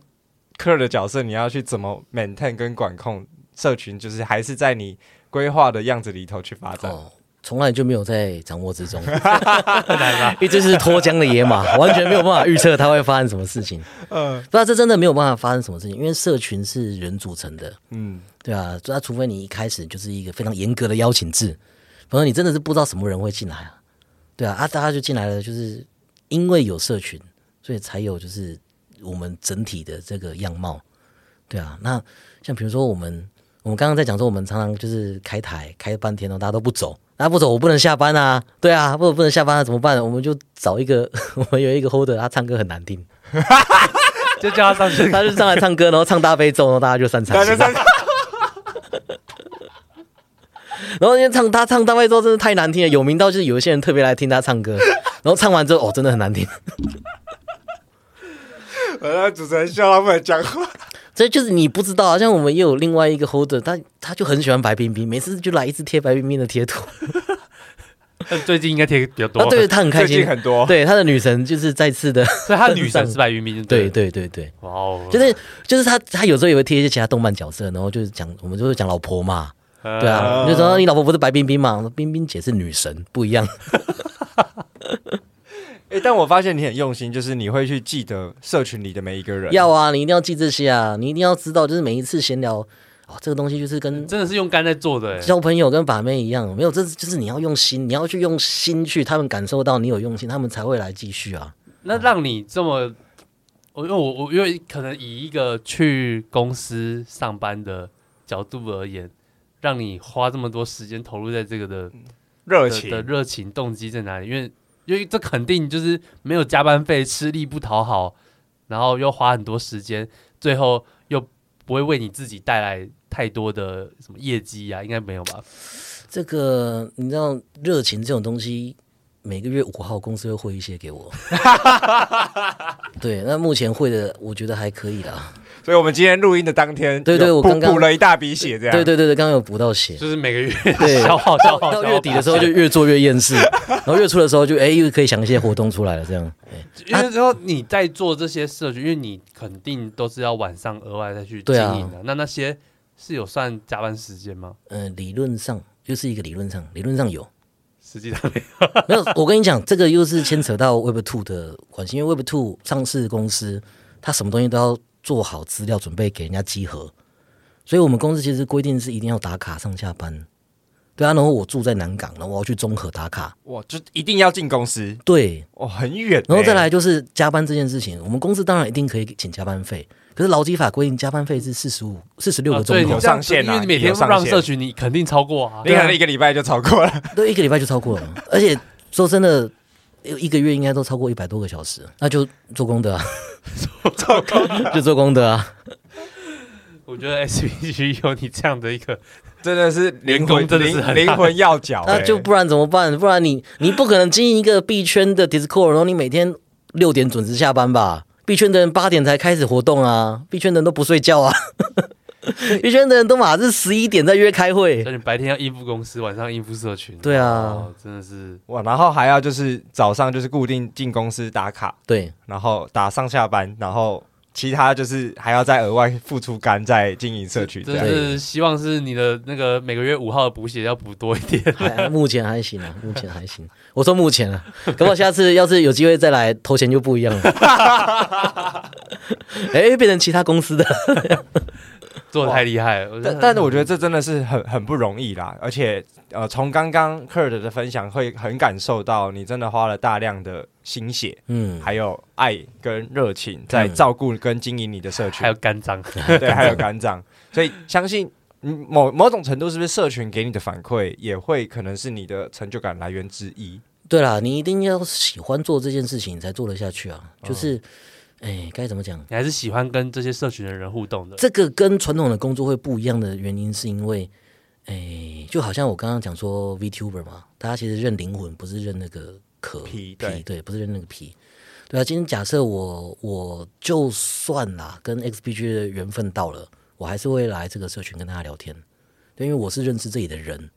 客人的角色你要去怎么 maintain 跟管控社群，就是还是在你规划的样子里头去发展。
哦，从来就没有在掌握 之中， 一直是脱缰的野马，完全没有办法预测它会发生什么事情。嗯，不知道这真的没有办法发生什么事情，因为社群是人组成的，
嗯，
对啊，那除非你一开始就是一个非常严格的邀请制，否则你真的是不知道什么人会进来啊。对啊，啊，大家就进来了，就是因为有社群，所以才有就是我们整体的这个样貌。对啊，那像比如说我们，我们刚刚在讲说，我们常常就是开台开半天哦，大家都不走，大家不走，我不能下班啊，对啊，不不能下班、啊、怎么办？我们就找一个， 我们有一个 holder，他唱歌很难听，
就叫他上去。
他就上来唱歌，然后唱大悲咒，然后大家就散场。 然后因为唱他唱大悲咒真的太难听了，有名到就是有一些人特别来听他唱 歌，然后唱完之后哦，真的很难听。
我让呃主持人笑他们讲话。
这就是你不知道啊，像我们也有另外一个 holder，他他就很喜欢白冰冰，每次就来一直贴白冰冰的贴图，
但最近应该贴比较多
他，对他啊很开
最
心
近，很多，
对他的女神就是再次的，
所以他女神是白云明，
对
了，
对对对，
哇哦，
就是就是他他有时候也会贴一些其他动漫角色，然后就是讲我们就是讲老婆嘛，对啊，你就说你老婆不是白冰冰嘛，我说冰冰姐是女神，不一样，
诶但我发现你很用心，就是你会去记得社群里的每一个人。
要啊，你一定要记这些啊，你一定要知道，就是每一次闲聊哦，这个东西就是跟
真的是用肝在做的，欸
交朋友跟把妹一样，没有，这是就是你要用心，你要去用心去，他们感受到你有用心，他们才会来继续啊。
那让你这么，我因为我我因为可能以一个去公司上班的角度而言，让你花这么多时间投入在这个的
热
的的
情，
热情动机在哪里？因为因为这肯定就是没有加班费，吃力不讨好，然后又花很多时间，最后又不会为你自己带来太多的什么业绩啊，应该没有吧？
这个你知道，热情这种东西，每个月五号公司会汇一些给我。 对，那目前汇的我觉得还可以啦。
所以我们今天录音的当天，
对对
有
我
补
刚刚
补了一大笔血，这样。
对对对对，刚刚有补到血。
就是每个月
对
消耗消耗
到月底的时候就
消耗
越做越厌世，然后月初的时候就哎又可以想一些活动出来了，这样。
因为说你在做这些社群，因为你肯定都是要晚上额外再去经
对啊
营的、那那些是有算加班时间吗？
呃，理论上就是一个理论上，理论上有，
实际上没有
没有，我跟你讲，这个又是牵扯到 Web Two 的关系，因为 Web Two 上市公司，它什么东西都要做好资料准备给人家集合，所以我们公司其实规定是一定要打卡上下班。对啊，然后我住在南港，然后我要去中和打卡。
哇，就一定要进公司，
对，
哇，很远欸。
然后再来就是加班这件事情，我们公司当然一定可以请加班费，可是劳基法规定加班费是四十五、四十六
啊
个
所以
钟
你
头
有，
这样
上
子
限啊
因为你每天
有上
让
限
社群，你肯定超过啊。
你可能一个礼拜就超过了。
对，一个礼拜就超过了。而且说真的，一个月应该都超过一百多个小时，那就做功德啊， 做功 就做功德啊。
我觉得 SPG 有你这样的一个，
真的是灵魂
员工真的是
灵
很大
灵魂要角、
那
欸
就不然怎么办？不然你你不可能经营一个币圈的 Discord，然后你每天六点准时下班吧？币圈的人八点才开始活动啊，币圈的人都不睡觉 啊，币圈的人都马是十一点在约开会
那。你白天要应付公司，晚上应付社群，
对啊
哦，真的是
哇，然后还要就是早上就是固定进公司打卡，
对，
然后打上下班，然后其他就是还要再额外付出肝在经营社区这
真
样
的
对。
是希望是你的那个每个月五号的补血要补多一点。
还哎目前还行啊，目 前还行。我说目前啊，等我下次要是有机会再来投钱就不一样了。 哎、变成其他公司的，
做的太厉害了。
但但是我觉得这真的是很很不容易啦，而且呃，从刚刚 Kurt 的分享会很感受到，你真的花了大量的心血，
嗯，
还有爱跟热情，在
嗯
照顾跟经营你的社群
还，有肝脏，
对，还有肝脏，所以相信嗯某某种程度是不是社群给你的反馈，也会可能是你的成就感来源之一。
对啦，你一定要喜欢做这件事情，你才做得下去啊。就是，哎、该怎么讲？
你还是喜欢跟这些社群的人互动的。
这个跟传统的工作会不一样的原因，是因为，哎、就好像我刚刚讲说 VTuber 嘛，大家其实认灵魂，不是认那个壳
皮对
对，不是认那个皮。对啊，今天假设我我就算啦，跟 XPG 的缘分到了，我还是会来这个社群跟大家聊天，对，因为我是认识这里的人，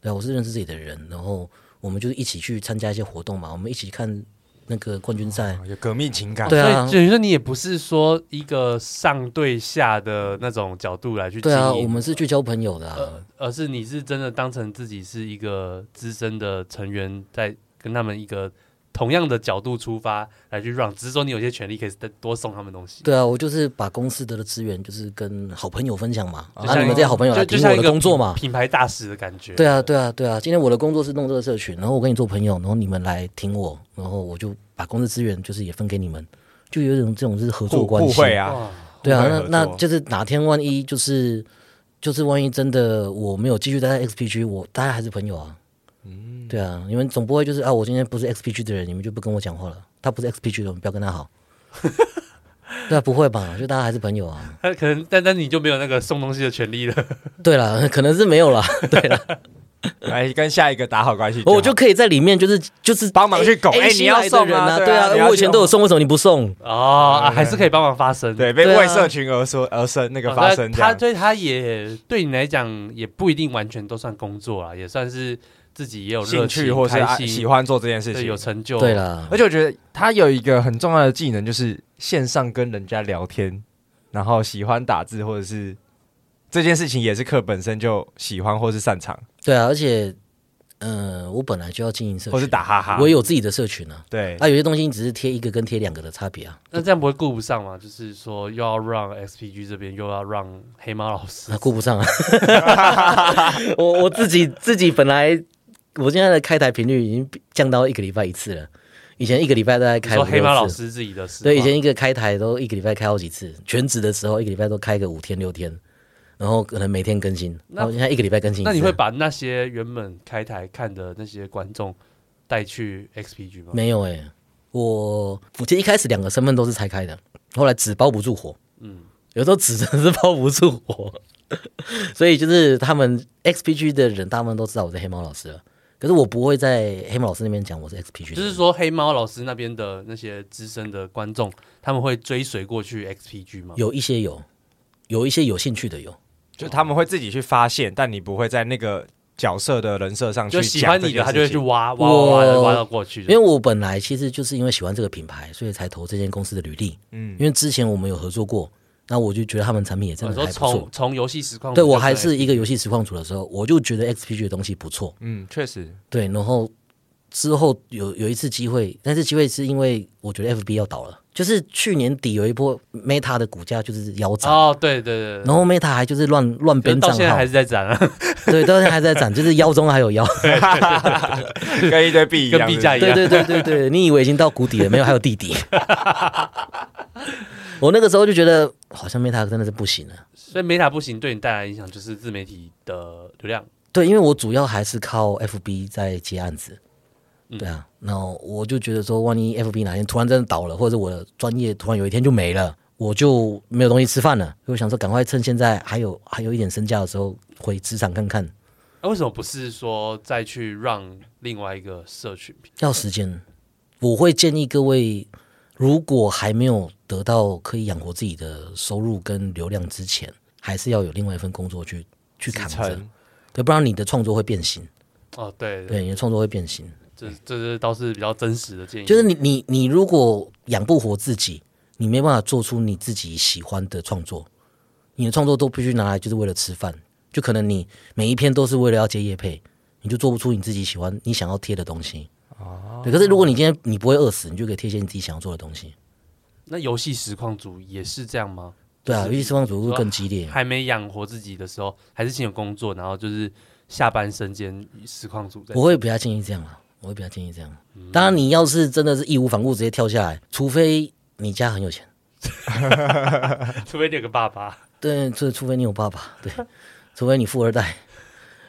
对啊，我是认识这里的人，然后我们就是一起去参加一些活动嘛，我们一起看那个冠军赛，
啊有革命情感，
对啊
所以等于说你也不是说一个上对下的那种角度来去经
对
营，
啊，我们是去交朋友的、啊。
而是你是真的当成自己是一个资深的成员，在跟他们一个同样的角度出发来去 run，只是说你有些权利可以再多送他们东西。
对啊，我就是把公司得的资源，就是跟好朋友分享嘛，
就
啊，
像
你们这些好朋友来
就就
听
像
我
一
的
个
工作嘛。
品牌大使的感觉。
对啊，对啊，对啊。今天我的工作是弄这个社群，然后我跟你做朋友，然后你们来听我，然后我就把公司资源就是也分给你们，就有一种这种就是合作
互
关
互
系。
惠啊，
哇，
对啊，
互惠合
那那
作
就是哪天万一就是就是万一真的我没有继续待在 XPG，我大家还是朋友啊。嗯，对啊，你们总不会就是啊，我今天不是 XPG 的人，你们就不跟我讲话了。他不是 XPG 的，我们不要跟他 好。对啊，不会吧？就大家还是朋友啊。
他可能但但你就没有那个送东西的权利了。
对啦，可能是没有啦，
来跟下一个打好关系好。
我就可以在里面就是就是
帮忙去拱，
A
哎，
区
你要
来的
送
人啊，
对你要
啊，
去
我以前都有送，为什么你不送？
哦，啊还是可以帮忙发声。
对被
对啊
为社群而说而生那个
哦
发
那
生这
他
样。
对他也对你来讲也不一定完全都算工作啦，也算是自己也有热
兴
情
趣或是
开
爱
心
喜欢做这件事
对有
情。
成就。
对，啦
而，且我觉得他有一个很重要的技能，就是线上跟人家聊天，然后喜欢打字，或者是这件事情也是课本身就喜欢或是擅长，
对啊，而且嗯，我本来就要经营社
或是
群，
打哈哈。
我也有自己的社群啊。
对，
哎
啊，有些东西你只是贴一个跟贴两个的差别啊，
那这样不会顾不上嘛？就是说又要让 SPG 这边，又要让黑猫老 师
那、顾不上啊。我我自己自己本来我现在的开台频率已经降到一个礼拜一次了，以前一个礼拜大概
你
开
说
五六
黑猫老
次
师自己的事吗，
对，以前一个开台都一个礼拜开好几次，全职的时候一个礼拜都开个五天六天，然后可能每天更新。
那
然后现在一个礼拜更新一次。
那你会把那些原本开台看的那些观众带去 XPG 吗？
没有哎、我我其实一开始两个身份都是拆开的，后来纸包不住火，
嗯，
有时候纸真的是包不住火， 所以就是他们 XPG 的人，大部分都知道我是黑猫老师了。可是我不会在黑猫老师那边讲我是 XPG，的
就是说黑猫老师那边的那些资深的观众，他们会追随过去 XPG 吗？
有一些有，有一些有兴趣的有，
就他们会自己去发现，但你不会在那个角色的人设上去
就喜欢你的，
讲
他
这件事
就会去
情
挖挖挖挖
我
挖到过去
因
的。
为我本来其实就是因为喜欢这个品牌，所以才投这间公司的履历。
嗯
因为之前我们有合作过，那我就觉得他们产品也真
我
的还
哦说
不
从
错。
从游戏实况，
对我还是一个游戏实况组的时候，我就觉得 XPG 的东西不错。
嗯，确实
对，然后之后有有一次机会，但是机会是因为我觉得 FB 要倒了，就是去年底有一波 Meta 的股价就是腰斩。
哦，对对对
然
对，
后 Meta 还就是乱乱
就是
编账
到现在
号
还，是在涨啊，
对，到现在还在涨，就是腰中还有腰，
跟一堆币一样，
跟币价一
对
样。
对对对对，你以为已经到谷底了，没有，还有弟 弟。我那个时候就觉得好像 Meta 真的是不行了，
所以 Meta 不行对你带来的影响就是自媒体的流量，
对，因为我主要还是靠 FB 在接案子，
嗯
对啊，然后我就觉得说，万一 FB 哪天突然真的倒了，或者我的专业突然有一天就没了，我就没有东西吃饭了。所以我想说，赶快趁现在还有还有一点身价的时候，回职场看看，
啊那、为什么不是说再去让另外一个社群平
要时间。我会建议各位，如果还没有得到可以养活自己的收入跟流量之前，还是要有另外一份工作去去扛着，
成
对，不然你的创作会变形，
哦，对，
对，你的创作会变形。
这这是倒是比较真实的建议，
就是你你你如果养不活自己，你没办法做出你自己喜欢的创作，你的创作都必须拿来就是为了吃饭，就可能你每一篇都是为了要接业配，你就做不出你自己喜欢你想要贴的东西。哦，对。可是如果你今天你不会饿死，你就可以贴一些你自己想要做的东西。
那游戏实况组也是这样吗？
对啊，
就
尤
是
其是方主会更激烈。
还没养活自己的时候，还是先有工作，然后就是下班身兼实况组在
我会比较建议这样啦，我会比较建议这样。啊当然，你要是真的是义无反顾直接跳下来，除非你家很有钱。
除非你有个 爸爸，
对，除除非你有爸爸， 对，除非你富二代。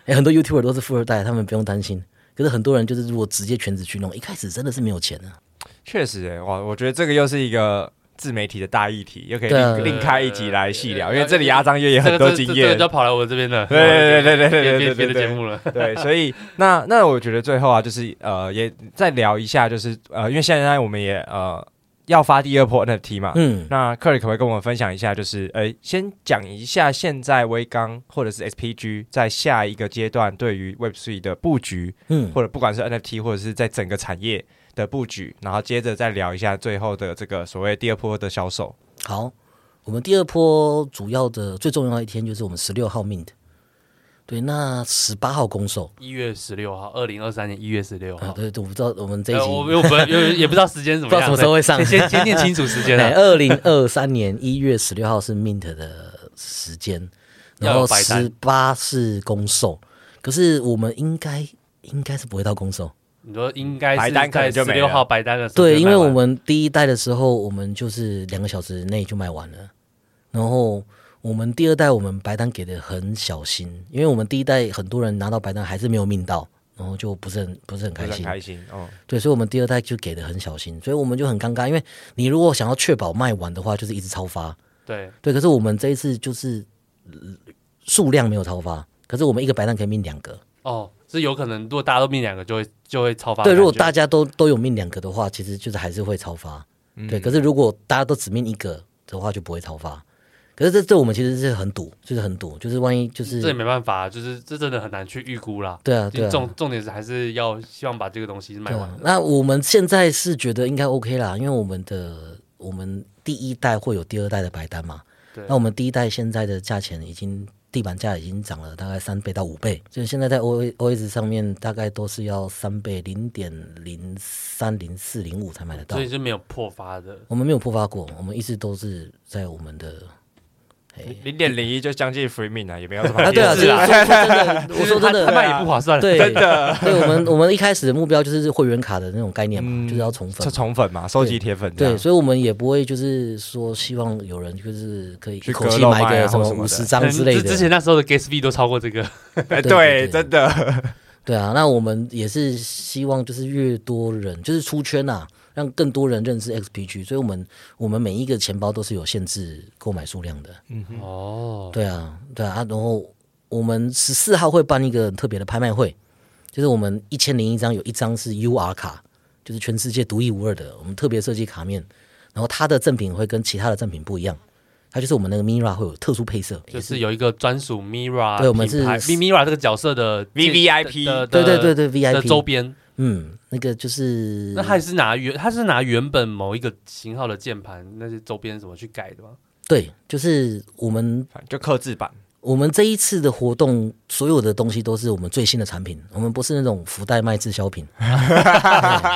哎，很多 YouTuber 都是富二代，他们不用担心。可是很多人就是如果直接全职去弄，一开始真的是没有钱啊。
确实、欸，哇，我觉得这个又是一个自媒体的大议题，又可以
对啊
另另开一集来细聊，
对
因为这里阿张也有很多经
这个
验
就。跑来我这边了，
对对对对对对对
别别
对
的
对
节目了，
对，所以那那我觉得最后啊，就是呃，也再聊一下，就是呃，因为现在我们也呃要发第二波 NFT
啊
嘛，
嗯，
那克里可不可以跟我们分享一下？就是呃，先讲一下现在微刚或者是 SPG 在下一个阶段对于 Web Three 的布局，
嗯，
或者不管是 NFT 或者是在整个产业的布局，然后接着再聊一下最后的这个所谓第二波的销售。
好，我们第二波主要的最重要的一天就是我们十六号 mint，对，那十八号公售
一月十六号，二零二三年一月十六
啊，
号。
对，我不知道我们这一
呃
集
哦我又不又也不知道时间怎
不
么样，
知道什么时候会上
先先先念清楚时 间
对，
啊。
哎二零二三年一月十六号是 Mint 的时间，然
要有
后
白单
十八是公售，可是我们应该应该是不会到公售，
你说应该
白
是
单可
在
能
十
就没
六
了
号白单的时候就卖完，
对，因为我们第一代的时候，我们就是两个小时内就卖完了，然后我们第二代我们白单给的很小心，因为我们第一代很多人拿到白单还是没有命到，然后就不是很不是很
不
开
是很
心，
开心哦，
对，所以我们第二代就给的很小心，所以我们就很尴尬，因为你如果想要确保卖完的话，就是一直超发。
对
对，可是我们这一次就是呃数量没有超发，可是我们一个白蛋可以命两个。
哦，是有可能，如果大家都命两个，就会就会超发的感觉。
对，如果大家都都有命两个的话，其实就是还是会超发。
嗯
对，可是如果大家都只命一个的话，就不会超发。可是这对我们其实是很赌，就是很赌，就是万一就
这也
是
没办法，就是这真的很难去预估啦。
对啊，对啊，
重重点是还是要希望把这个东西卖
对
完
啊。。那我们现在是觉得应该 OK 啦，因为我们的我们第一代会有第二代的白单嘛。
对
那我们第一代现在的价钱已经地板价已经涨了大概三倍到五倍，就是现在在 O O S 上面大概都是要三倍零点零三零四零五才买得到
所。以就没有破发的。
我们没有破发过，我们一直都是在我们的。
零点零一就将近 Free Min 啊，也没有什么
哎啊，对啊，
是啊，
就是说说真的，我说真
他
的，
卖也不划算。
对，啊
真的
对我们我们一开始的目标就是会员卡的那种概念嘛，
嗯
就是要宠粉
是。重粉嘛，收集铁粉这样
对，所以我们也不会就是说希望有人就是可以一
去
口气
割肉
买
卖啊
个
或
什么
什么
五
的嗯
十
可
张
能
之类
之
的
之。前那时候的 gas fee 都超过这个，
对
哎，对，
对对
真的，
对啊，那我们也是希望就是越多人就是出圈呐、让更多人认识 XPG，所以我们我们每一个钱包都是有限制购买数量的。
哦，
对啊，对啊，啊然后我们十四号会办一个很特别的拍卖会，就是我们一千零一张有一张是 UR 卡，就是全世界独一无二的，我们特别设计卡面，然后它的赠品会跟其他的赠品不一样，它就是我们那个 Mira 会有特殊配色，
就是有一个专属 Mira，
对我们
品牌
是
Mira 这个角色的
VVIP
的
对对对
对
对
的周
，VIP，
边。
嗯，那个就是
那还是拿原，他是拿原本某一个型号的键盘那些周边什么去改的吗？
对，就是我们
反正就克制版，
我们这一次的活动，所有的东西都是我们最新的产品，我们不是那种福袋卖滞销 品，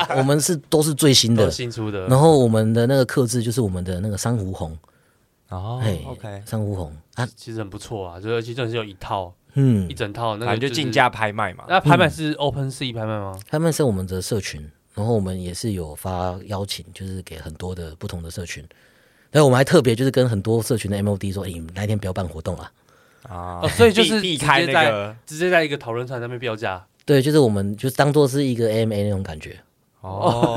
对我们是都是最新
都
的
是。新出的
然后我们的那个克制就是我们的那个珊瑚红，
哦
嘿
OK，
珊瑚红啊，
其实很不错啊，就是而且真的是有一套
嗯
一，整套，
反
那个啊
正就是竞。价拍卖嘛，
那拍卖是 Open Sea 拍卖吗？
他们是我们的社群，然后我们也是有发邀请，就是给很多的不同的社群。然后我们还特别就是跟很多社群的 MOD 说，哎、你们那天不要办活动啊，
啊
哦，所以就是
避避
直接
开那
在
个
直接在一个讨论串上面标价，
对，就是我们就当做是一个 AMA 那种感觉，
哦，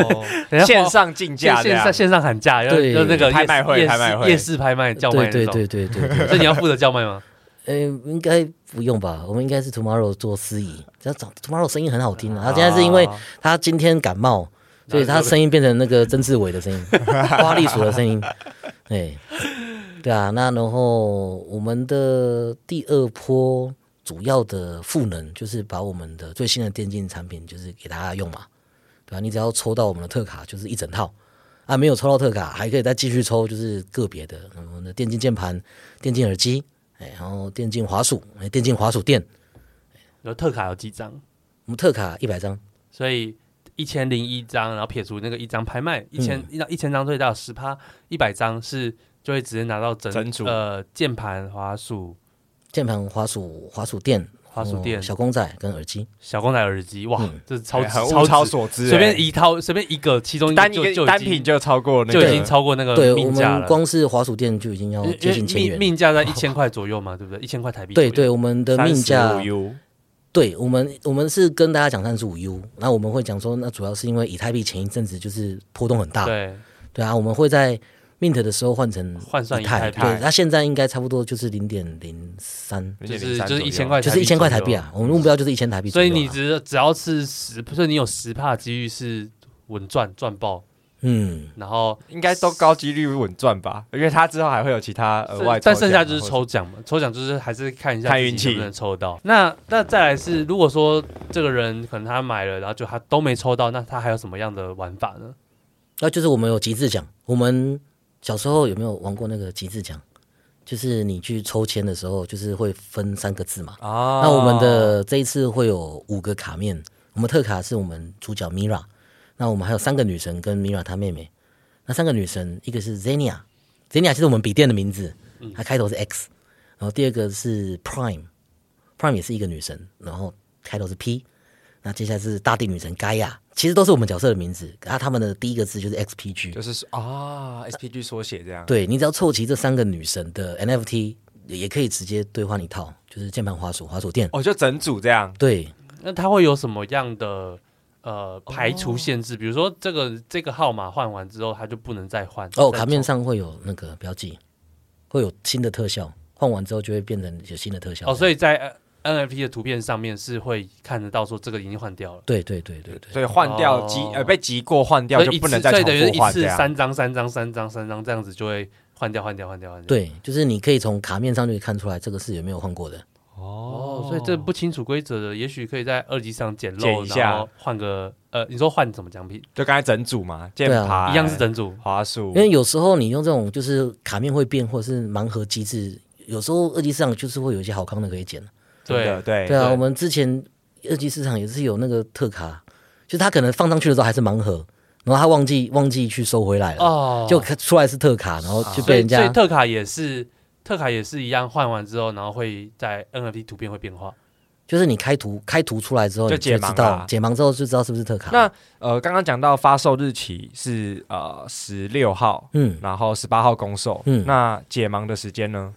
等一 下
线
花
上竞价这
线
样
上线上喊价，要
对
要那个
拍卖会
夜市
拍卖会
夜市拍卖叫卖
对
那
对
种，
对对对对，
所以你要负责叫卖吗？
呃，应该不用吧？我们应该是 Tomorrow 做司仪，只要找 Tomorrow 声音很好听啊。他现在是因为他今天感冒，所以他声音变成那个曾志伟的声音，花栗鼠的声音。对，对啊。那然后我们的第二波主要的赋能就是把我们的最新的电竞产品就是给大家用嘛，对啊吧、你只要抽到我们的特卡就是一整套。啊，没有抽到特卡，还可以再继续抽，就是个别的，嗯我们的电竞键盘、电竞耳机，哎，然后电竞滑鼠，哎，电竞滑鼠店，
有特卡有几张？
我们特卡一百张，
所以一千零一张，然后撇除那个一张拍卖，一
嗯
千一张一千张最大十趴，一百张是就会直接拿到整
整组
呃键盘、滑鼠、
键盘、滑鼠、滑鼠垫、
滑鼠
哦
垫、
小公仔跟耳机，
小公仔耳机，哇，
嗯
这是超值
哎很
超
物超
值
所值，
随
哎
欸
便一套随便一个，其中一个
单一
就
个
就已
单
经
品就超过那
就已经
个，
超过那
对
个
我
呃命价
们
了。
光是滑鼠垫就已经要
因为
哦接近千
呃命
元，哦
命价在一千块左右嘛，对 不对？一千块台币左
对对，
右。
我们的命价
U，
对我们，我们是跟大家讲三十五 U，那我们会讲说，那主要是因为以太币前一阵子就是波动很大，
对
对啊，我们会在 mint 的时候换成
换算以
太，
太币
对，那现在应该差不多就是零点零三，
就是就是一千块，
就是一千块台币。啊，我们目标就是一千台币左
所
右啊，
以你只只要是十，所以你有十帕几率是稳赚赚爆，
嗯，
然后
应该都高几率稳赚吧，因为他之后还会有其他额外，啊
但剩下就是，抽奖嘛，抽奖就是还是看一下
看
自己
运气
能不能抽到。那那再来是，如果说这个人可能他买了，然后就他都没抽到，那他还有什么样的玩法呢？
那就是我们有极致奖。我们小时候有没有玩过那个极致奖？就是你去抽签的时候，就是会分三个字嘛。
啊
那我们的这一次会有五个卡面，我们特卡是我们主角 Mira，那我们还有三个女神跟 Mira 她妹妹。那三个女神，一个是 Zenia，Zenia 就是我们笔电的名字，
嗯
它开头是 X，然后第二个是 Prime，Prime 也是一个女神，然后开头是 P，那接下来是大地女神 Gaia，其实都是我们角色的名字，啊，他们的第一个字就是 XPG，
就是说啊，SPG 缩写这样，
对你只要凑齐这三个女神的 NFT，也可以直接兑换一套，就是键盘、滑鼠、滑鼠垫。
哦，就整组这样，
对，
那他会有什么样的呃排除
哦
限制？比如说这个这个号码换完之后，他就不能再换
哦，
再
卡面
抽
上会有那个标记，会有新的特效，换完之后就会变成有新的特效。
哦，所
以
以在呃 NFT 的图片上面是会看得到说这个已经换掉了。
对对对对对，
所以换掉
哦
集呃被集过换掉
所
就
以一
不
次
能再
所以
重
等于是
复
一
换
次
这样，
三张、三张、三张、三张这样子就会换掉、换掉、换掉、换掉。，
对，就是你可以从卡面上就可以看出来这个是有没有换过的。
哦，所以这不清楚规则的，也许可以在二级上捡
捡
漏，
一
然
下
后换个呃，你说换什么奖品？
就刚才整组嘛，键
啊
盘
一样是整组，
滑鼠
嗯
因，为有时候你用这种就是卡面会变或者是盲盒机制，有时候二级市场就是会有一些好康的可以捡。
真的
对，
对
对啊，
哎对
我们之前二级市场也是有那个特卡，就是他可能放上去的时候还是盲盒，然后他忘记忘记去收回来了，
哦，
就看出来是特卡，然后就
所
被
以
人
所以
家。
特卡也是特卡也是一样，换完之后，然后会在 NFT 图片会变化。
就是你开图开图出来之后，
就
你就
解
知
盲
道
啦
解盲之后就知道是不是特卡。
那呃，刚刚讲到发售日期是呃十六号，
嗯，
然后十八号公售，
嗯
那解盲的时间呢？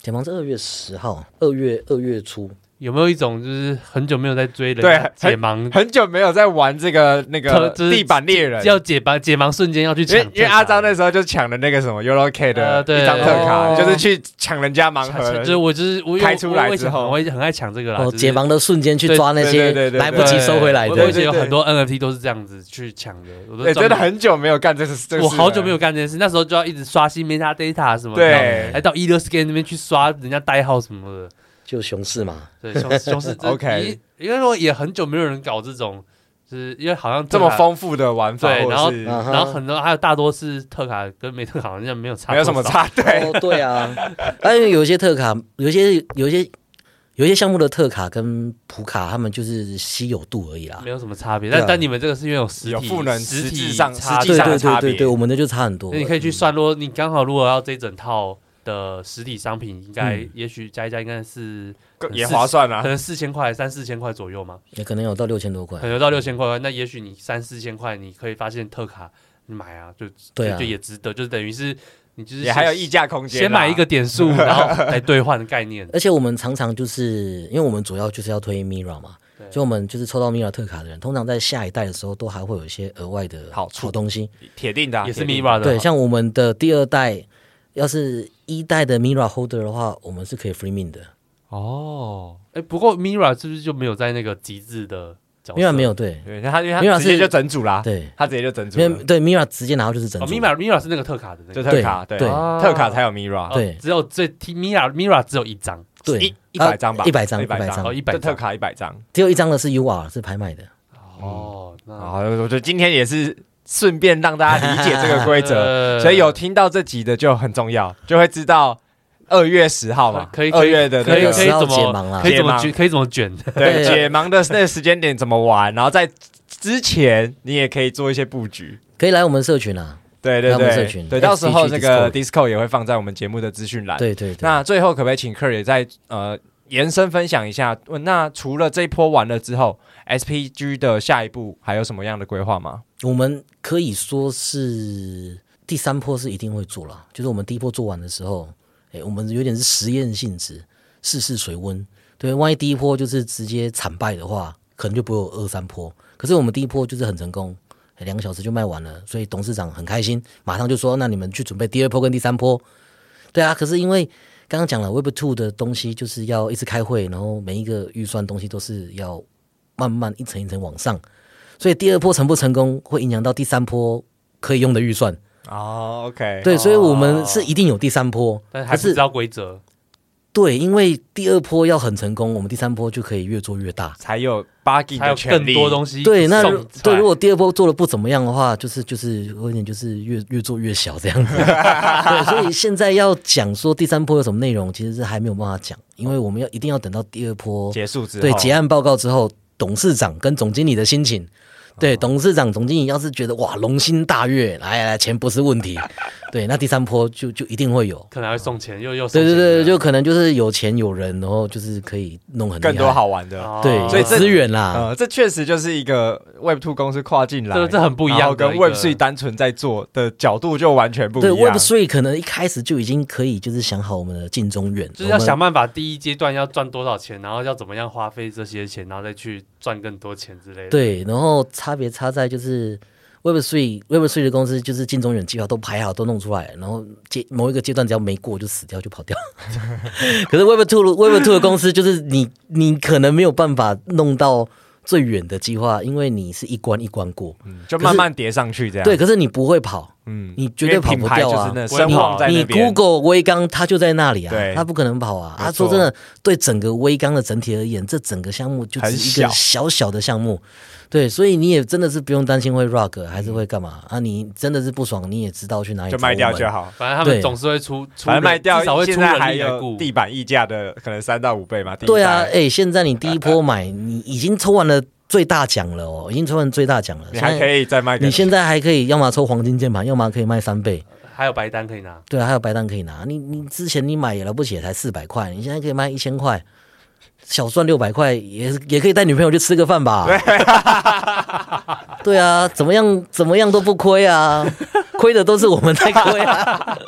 解盲是二月十号，二月二月初，
有没有一种就是很久没有在追人
对
家解盲，
很久没有在玩这个那
特
个
就是
地板猎人，
要解盲解盲瞬间要去
因
抢
为
特卡？
因为阿张那时候就抢了那个什么 Euro K 的
呃对
一张特卡，
哦
就是去抢人家 盲
抢抢
盒
就是我就是我
开出来
我以
之
前
后
我也很爱抢这个啦，
哦，
就是
解盲的瞬间去
对
抓那些
对对对对
来不及收回来
我我以
的。
前有
对对
很多 NFT 都是这样子去抢的，我都
对，真的
专门。
很久没有干这个这个事了。
我好久没有干这件事，那时候就要一直刷新 metadata 什么的，
对
然后还到 e l e r Scan 那边去刷人家代号什么的。
就熊市嘛，
对， 熊熊市
OK
因为说也很久没有人搞这种，就是因为好像
这么
疯，
丰富的玩法，
对
或者
然后
是
嗯哼
然后很多还有大多是特卡跟没特卡好像没有差，
没有什么。差，对，
哦，对啊，啊因为有些特卡，有些有些有些项目的特卡跟普卡，他们就是稀有度而已啦
没。有什么差别，
对啊
但但你们这个是因为有实体，
有赋能
实
实
体
质上
差
实
对
际
别，
上
对
差
对对
别
对，我们的就差很多嗯
那。
嗯
你可以去算落，你刚好如果要这一整套的实体商品，应该、
嗯
也许加一加应该 是
更也划算啊
可。能四千块、三四千块左右嘛，
也可能有到六千多块
可。能到六千块。那也许你三四千块，你可以发现特卡，你买啊，就
对啊
就，就也值得，就是等于是你就是
也还有溢价空间啦，啊
先买一个点 数，然后来兑换的概念。
而且我们常常就是因为我们主要就是要推 Mira 嘛，
对
所以我们就是抽到米尔特卡的人，通常在下一代的时候都还会有一些额外的
好处
好东西。
铁定的啊、
也是
铁定
Mira 的，
对，像我们的第二代，要是一代的 Mira Holder 的话，我们是可以 free min 的。
哦，哎，不过 Mira 是不是就没有在那个极致的角色
Mira 没有对
对，那他因为
没有
他
啊
直接
是
就整组啦，
对，
他直接就整组
因
了
为，对 Mira 直接拿到就是整
哦
组。
，Mira Mira 是那个特卡的那
就
个，
特卡
对
对，
对
啊
特卡才有 Mira，
哦
对
只有最 T Mira Mira 只有一张，
对啊
一一百张吧，
一百张，一
一百
百
张
张
哦，，一百
嗯就特
张，
卡一百张。
只有一张的是 UR 是拍卖的。
哦，
然
那
后我觉得今天也是顺便让大家理解这个规 则，
呃
所以有听到这集的就很重要，就会知道二月十号嘛，
可以可
二
以
月的
可
那
以
个
可以
十号
怎
解
么
盲啦
可以怎
解
么
盲
卷可以怎么卷，
对
对
解盲的那个时间点怎么玩，然后在之前你也可以做一些布局。
可以来我们社群啊。
对对
那我们社
对，
群
对，到时候
SDG
那个
Discord
Disco 也会放在我们节目的资讯栏。
对对对。
那最后可不可以请客也再呃延伸分享一下？问那除了这一波完了之后，SPG 的下一步还有什么样的规划吗？
我们可以说是第三波是一定会做了，就是我们第一波做完的时候，哎，我们有点是实验性质，试试水温。对，万一第一波就是直接惨败的话，可能就不会有二三波。可是我们第一波就是很成功，诶两个小时就卖完了，所以董事长很开心，马上就说：“那你们去准备第二波跟第三波。”对啊，可是因为刚刚讲了 Web Two 的东西就是要一直开会，然后每一个预算东西都是要慢慢一层一层往上，所以第二波成不成功会影响到第三波可以用的预算。
哦，OK，
对，所以我们是一定有第三波，
但是还不
可
知道规则，
对，因为第二波要很成功，我们第三波就可以越做越大。
哦才有 bargain
还有
的权
更
利。
多东西
对，那如
送出
对，
来
如果第二波做的不怎么样的话，就是就是有点就是越越做越小这样子。对，所以现在要讲说第三波有什么内容，其实是还没有办法讲，因为我们要一定要等到第二波
结束之后，
对结案报告之后，董事长跟总经理的心情。
哦
对，董事长、总经理要是觉得哇龙心大悦，来来，钱不是问 题，对，那第三波就就一定会有。
可能还会送钱，又又送
对对
钱
对，
的
就可能就是有钱有人，然后就是可以弄很厉害
更多，好玩的。
哦
对，
啊所以这
资源啦，
呃，这确实就是一个 Web Two 公司跨进来，
这这很不一样
然后跟
的一个
Web Three 单纯在做的角度就完全不一
对
样。
Web Three 可能一开始就已经可以就是想好我们的竞争远，
就是要
我们
想办法第一阶段要赚多少钱，然后要怎么样花费这些钱，然后再去赚更多钱之类的。，
对，然后差别差在就是 Web Three Web Three 的公司就是竞争远计划都排好都弄出来，然后阶某一个阶段只要没过就死掉就跑掉。 可是 Web Two Web Two 的公司就是你 你可能没有办法弄到最远的计划，因为你是一关一关过。
嗯就慢慢叠上去这样。
对，，可是你不会跑，
嗯
你绝对跑不掉啊
因为品牌就是那
不会
声望
跑
在
你
那边。
Google 微刚，它就在那里啊，
对
它不可能跑啊。
没
啊，说
错
真的，对整个微刚的整体而言，这整个项目就只是一个
很小
小小的项目，对，所以你也真的是不用担心会 rug 还是会干嘛啊？你真的是不爽，你也知道去哪里
就卖掉
投
就
文。
好，
反正他们
对
总是会出出
反
人，
正卖掉
至少会，出
现
人
在
力
还
来
有
雇。
地板溢价的可能三到五倍嘛。第一
对啊，
代
哎，现在你第一波买，你已经抽完了最大奖了哦，已经抽完最大奖了，
你还可
以。
以再卖给
你现 在还可以，要么抽黄金键盘，要么可以卖三倍。
还有白单可以拿，
对啊，还有白单可以拿。你你之前你买也了不起，也才四百块，你现在可以卖一千块，小赚六百块，也是也可以带女朋友去吃个饭吧？ 对，啊，怎么样怎么样都不亏啊，亏的都是我们在亏啊。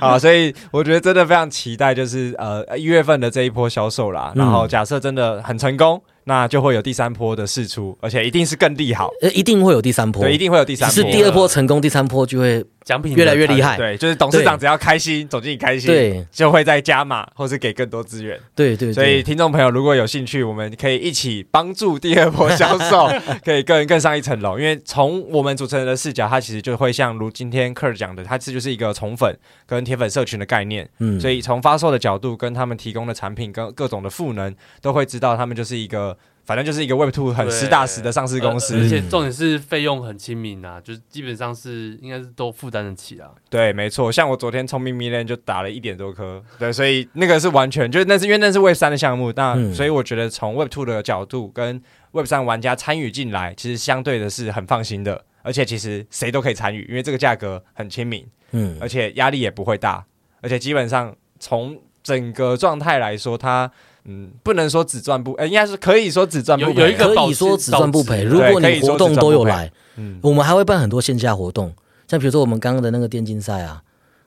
啊，所以我觉得真的非常期待，就是呃一月份的这一波销售啦，
嗯
然后假设真的很成功，那就会有第三波的试出，而且一定是更利好，
呃，一定会有第三波，
对，一定会有第三
只
波。
是第二波成功，第三波就会
奖品
越来越厉害。
对，就是董事长
对
只要开心，总经理开心，
对，
就会再加码或是给更多资源。
对对
所以
对，
听众朋友如果有兴趣，我们可以一起帮助第二波销 售，可以更更上一层楼。因为从我们主持人的视角，它其实就会像如今天 Kerr 讲的，它这就是一个宠粉跟铁粉社群的概念。
嗯
所以从发售的角度，跟他们提供的产品跟各种的赋能，都会知道他们就是一个，反正就是一个 Web Two 很
对
实打实的上市公司。
呃而且
嗯
重点是费用很亲民啊，就是基本上是应该是都负担得起啊。
对，没错。像我昨天聪明迷恋就打了一点多颗，对，所以那个是完全就是那是因为那是 Web 三的项目，那、
嗯
所以我觉得从 Web Two 的角度跟 Web 三玩家参与进来，其实相对的是很放心的，而且其实谁都可以参与，因为这个价格很亲民，
嗯
而且压力也不会大，而且基本上从整个状态来说，它嗯不能说只赚不，呃，应该是可以说只赚不
有
赔啊
有一个
可
保
以
值
说只赚不赔。
保值
如果
对可
你
以说
活动
只赚不
都有
赔
来，
嗯
我们还会办很多线下活动，像比如说我们刚刚的那个电竞赛啊，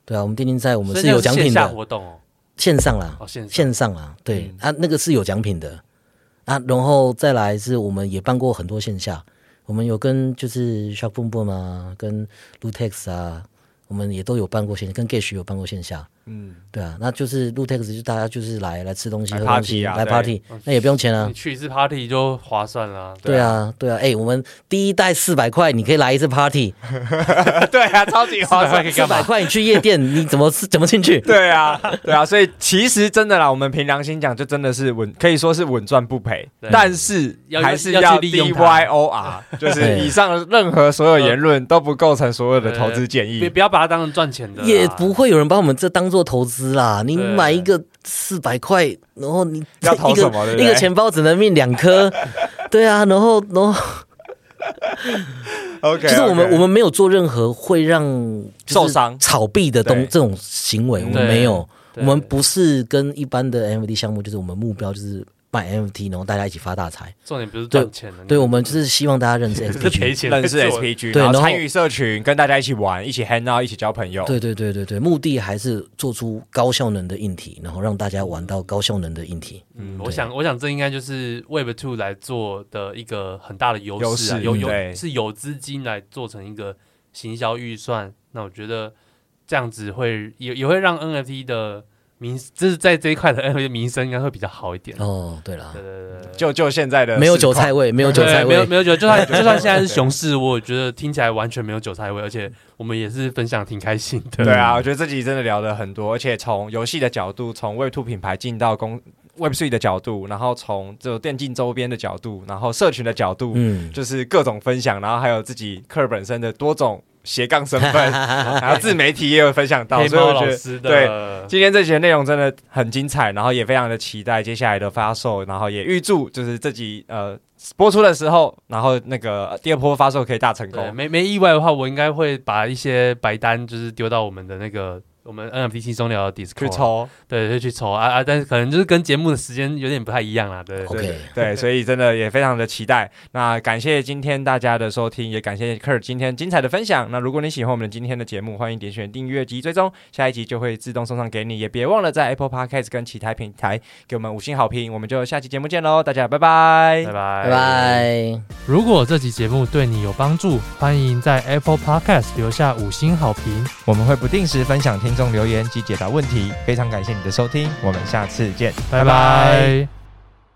对啊，我们电竞赛我
我
们是有奖品
线下
的，
活动哦，
线上啦，
哦线上
嗯
线上啦，对，啊，那个是有奖品的。啊，然后再来是我们也办过很多线下，我们有跟就是 Shark Boom Boom 啊，跟 Lutex 啊，我们也都有办过线，跟 Gage 有办过线下，
嗯，
对啊，那就是 Lutex 就大家就是来来吃东西、
来
喝东西、
party 啊
来
对
party，那也不用钱啊
你。去一次 party 就划算了啊、
对啊，对啊，哎、我们第一代四百块，你可以来一次 party，
对啊，超级划
400块
算
可以。
四百块你去夜店，你怎么怎么进 去？
对啊，对啊，所以其实真的啦，我们凭良心讲，就真的是稳，可以说是稳赚不赔
对，
但是
要
还是
要要去利
D
用它
Y O R，就是
对
以上的任何所有言论都不构成所有的投资建
别
议。
不要把它当成赚钱的啦，
也不会有人把我们这当做投资啦。你
对
买一个四百块，然后你
要投
一个
什么对不对
一个钱包只能命两 颗，对啊，然后然后
OK，
就是我们
OK
我们没有做任何会让就是
受伤
炒币的
对
东这种行为，我们
对
没有，
对
我们不是跟一般的 NFT 项目，就是我们目标就是卖 NFT，然后大家一起发大财。
重点不是赚钱的，
对，我们就是希望大家 认 识
是
XPG
赔。钱
认识
在做
SPG，
对
然后
然后
参与社群，跟大家一起玩，一起 hang out，一起交朋友。
对对对对对，目的还是做出高效能的硬体，然后让大家玩到高效能的硬体。
嗯，
对
我想，我想这应该就是 Web Two 来做的一个很大的优
优
势啊，
势
有有
对
是有资金来做成一个行销预算。那我觉得这样子会也也会让 NFT 的名，就是在这一块的 NFT 名声应该会比较好一点。
哦，对啦
对，对对对，
就就现在的
没有
市
韭
况
菜味，没有
呃对
韭菜
没有
味。
没有觉得，就算就算现在是熊市，我觉得听起来完全没有韭菜味，而且我们也是分享挺开心 的。
对啊，我觉得这集真的聊了很多，而且从游戏的角度，从 Web Two 品牌进到公 Web Three 的角度，然后从这种电竞周边的角度，然后社群的角度，
嗯，
就是各种分享，然后还有自己 Kerr 本身的多种斜杠身 份，然后自媒体也有分享到，
黑
所以
猫
我
老
觉得
师
对
的
今天这集的内容真的很精彩，然后也非常的期待接下来的发售，然后也预祝就是这集呃播出的时候，然后那个呃第二波发售可以大成
对，
功。
没没意外的话，我应该会把一些白单就是丢到我们的那个我们 NFT 轻松聊的
去，
Discord
抽，
对，就去抽啊啊！但是可能就是跟节目的时间有点不太一样啦，对。对
OK，
对，所以真的也非常的期待。 那感谢今天大家的收听，也感谢 Kurt 今天精彩的分享。那如果你喜欢我们的今天的节目，欢迎点选订阅及追踪，下一集就会自动送上给你。也别忘了在 Apple Podcast 跟其他平台给我们五星好评。我们就下期节目见喽，大家拜拜
拜。
拜拜。
如果这集节目对你有帮助，欢迎在 Apple Podcast 留下五星好评。
我们会不定时分享听众留言及解答问题，非常感谢你的收听，我们下次见。
拜
拜
拜
拜